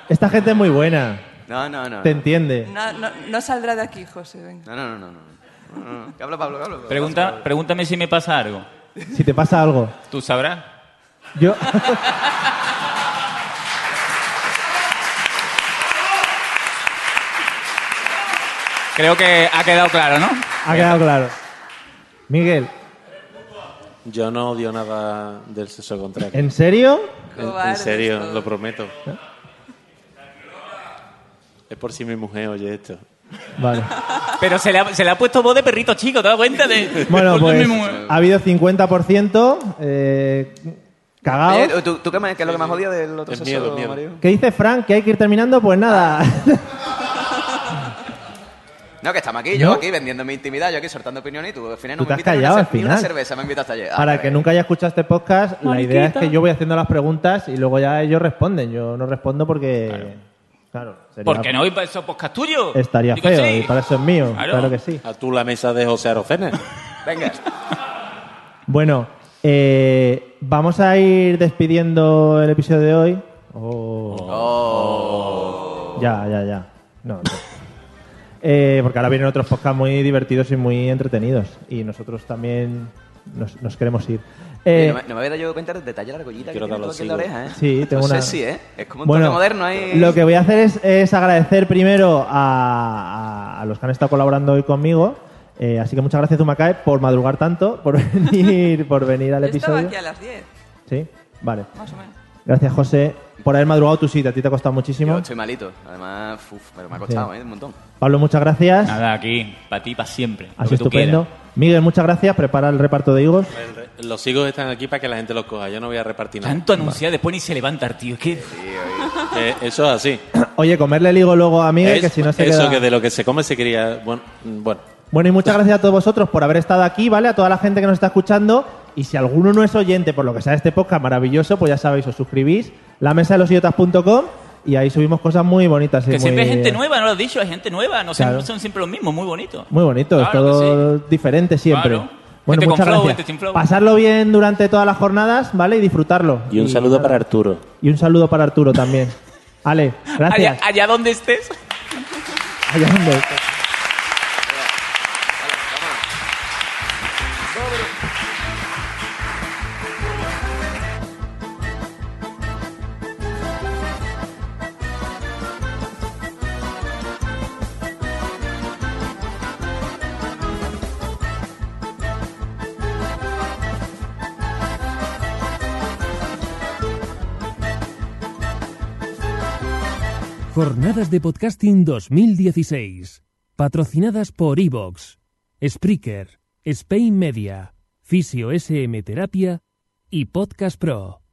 Speaker 4: Esta gente es muy buena.
Speaker 7: no, no, no,
Speaker 4: Te
Speaker 7: no.
Speaker 4: entiende.
Speaker 5: No, no, no saldrá de aquí, José. Venga.
Speaker 7: No, no, no, no, no. no, no. Que habla Pablo, Eh, que habla Pablo.
Speaker 6: Pregunta, pregúntame si me pasa algo.
Speaker 4: Si te pasa algo.
Speaker 6: ¿Tú sabrás?
Speaker 4: Yo.
Speaker 6: Creo que ha quedado claro, ¿no?
Speaker 4: ha quedado claro. Miguel,
Speaker 8: Yo no odio nada del sexo contrario.
Speaker 4: ¿en serio?
Speaker 8: En- En,
Speaker 5: Cobardes
Speaker 8: serio,
Speaker 5: todos.
Speaker 8: lo prometo. Es por si mi mujer oye esto.
Speaker 4: Vale.
Speaker 6: Pero se le ha, se le ha puesto voz de perrito chico, ¿te das cuenta? De,
Speaker 4: Bueno,
Speaker 6: Por
Speaker 4: pues
Speaker 6: mi mujer.
Speaker 4: ha habido 50% eh,
Speaker 7: Oye,
Speaker 4: cagado.
Speaker 7: ¿tú, tú qué, más- qué es lo que más odia del otro
Speaker 8: Es
Speaker 7: sexo,
Speaker 8: miedo, es miedo.
Speaker 7: Mario?
Speaker 4: ¿Qué dice Frank? ¿Que hay que ir terminando? Pues nada.
Speaker 7: No, que estamos aquí, yo
Speaker 4: ¿No?
Speaker 7: aquí vendiendo mi intimidad, yo aquí soltando opiniones y tú al final no
Speaker 4: Tú te
Speaker 7: me
Speaker 4: has
Speaker 7: invitas ni
Speaker 4: callado
Speaker 7: una,
Speaker 4: al
Speaker 7: cer- ni una
Speaker 4: final.
Speaker 7: cerveza, me invitas ayer. Ah,
Speaker 4: Para el
Speaker 7: vale.
Speaker 4: que nunca haya escuchado este podcast, la idea es que yo voy haciendo las preguntas y luego ya ellos responden. Yo no respondo porque Claro. sería-
Speaker 6: ¿Por qué no voy para esos podcast tuyos?
Speaker 4: Estaría
Speaker 6: Digo,
Speaker 4: feo
Speaker 6: sí.
Speaker 4: y para eso es mío.
Speaker 6: Claro.
Speaker 4: Claro, que sí.
Speaker 8: A tú la mesa de José Arocena.
Speaker 7: eh. Venga.
Speaker 4: Bueno, eh, vamos a ir despidiendo el episodio de hoy. Oh.
Speaker 8: Oh.
Speaker 4: Ya, ya, ya. No, no. Eh, porque ahora vienen otros podcasts muy divertidos y muy entretenidos. Y nosotros también nos, nos queremos ir. Eh,
Speaker 7: Oye, no, me, no me había dado cuenta del detalle de la argollita que
Speaker 4: quiero
Speaker 7: tiene
Speaker 4: dar
Speaker 7: todo
Speaker 4: los
Speaker 7: aquí en la
Speaker 4: siglos.
Speaker 7: oreja, ¿eh?
Speaker 4: Sí, tengo
Speaker 7: no
Speaker 4: una-
Speaker 7: Sé si, ¿eh? Es como un
Speaker 4: Bueno,
Speaker 7: toque moderno ahí.
Speaker 4: Lo que voy a hacer es, es agradecer primero a, a- a los que han estado colaborando hoy conmigo. Eh, así que muchas gracias, Zumacae, por madrugar tanto, por venir, por venir al
Speaker 5: Yo
Speaker 4: episodio.
Speaker 5: estaba aquí a las 10,
Speaker 4: Sí, vale.
Speaker 5: más o menos.
Speaker 4: Gracias, José, por haber madrugado tu sitio. A ti te ha costado
Speaker 7: Yo
Speaker 4: muchísimo.
Speaker 7: estoy malito. Además, uf, pero me ha costado,
Speaker 4: Sí.
Speaker 7: ¿eh? Un montón.
Speaker 4: Pablo, muchas gracias.
Speaker 6: Nada, aquí, para ti, para siempre. lo
Speaker 4: Así
Speaker 6: que tú
Speaker 4: estupendo. Miguel, muchas gracias. Prepara el reparto de higos.
Speaker 8: El re- Los higos están aquí para que la gente los coja. Yo no voy a repartir
Speaker 6: quieras.
Speaker 8: nada.
Speaker 6: Tanto anunciar, después ni se levanta el tío. Es que...
Speaker 8: Eh, eso es así.
Speaker 4: Oye, comerle el higo luego a Miguel,
Speaker 8: Es-
Speaker 4: que si no se
Speaker 8: eso
Speaker 4: queda...
Speaker 8: que de lo que se come se quería. Bueno, mm, bueno.
Speaker 4: Bueno, y muchas gracias a todos vosotros por haber estado aquí, ¿vale? A toda la gente que nos está escuchando. Y si alguno no es oyente, por lo que sea de este podcast maravilloso, pues ya sabéis, os suscribís, la mesa de los y ahí subimos cosas muy bonitas. y
Speaker 6: que
Speaker 4: muy-
Speaker 6: siempre hay gente nueva, no lo has dicho, hay gente nueva. No
Speaker 4: Claro.
Speaker 6: son, son siempre los mismos, muy bonito.
Speaker 4: Muy bonito, es
Speaker 6: Claro que
Speaker 4: todo diferente siempre.
Speaker 6: Claro.
Speaker 4: Bueno,
Speaker 6: Gente con
Speaker 4: muchas
Speaker 6: flow, gente sin
Speaker 4: gracias.
Speaker 6: flow.
Speaker 4: Pasarlo bien durante todas las jornadas, ¿vale? Y disfrutarlo.
Speaker 8: Y un saludo para Arturo.
Speaker 4: Y un saludo para Arturo también. Ale,
Speaker 6: Allá,
Speaker 4: gracias.
Speaker 6: allá donde estés.
Speaker 4: Allá donde-
Speaker 1: Jornadas de Podcasting 2016. Patrocinadas por Evox, Spreaker, Spain Media, Fisio SM Terapia y Podcast Pro.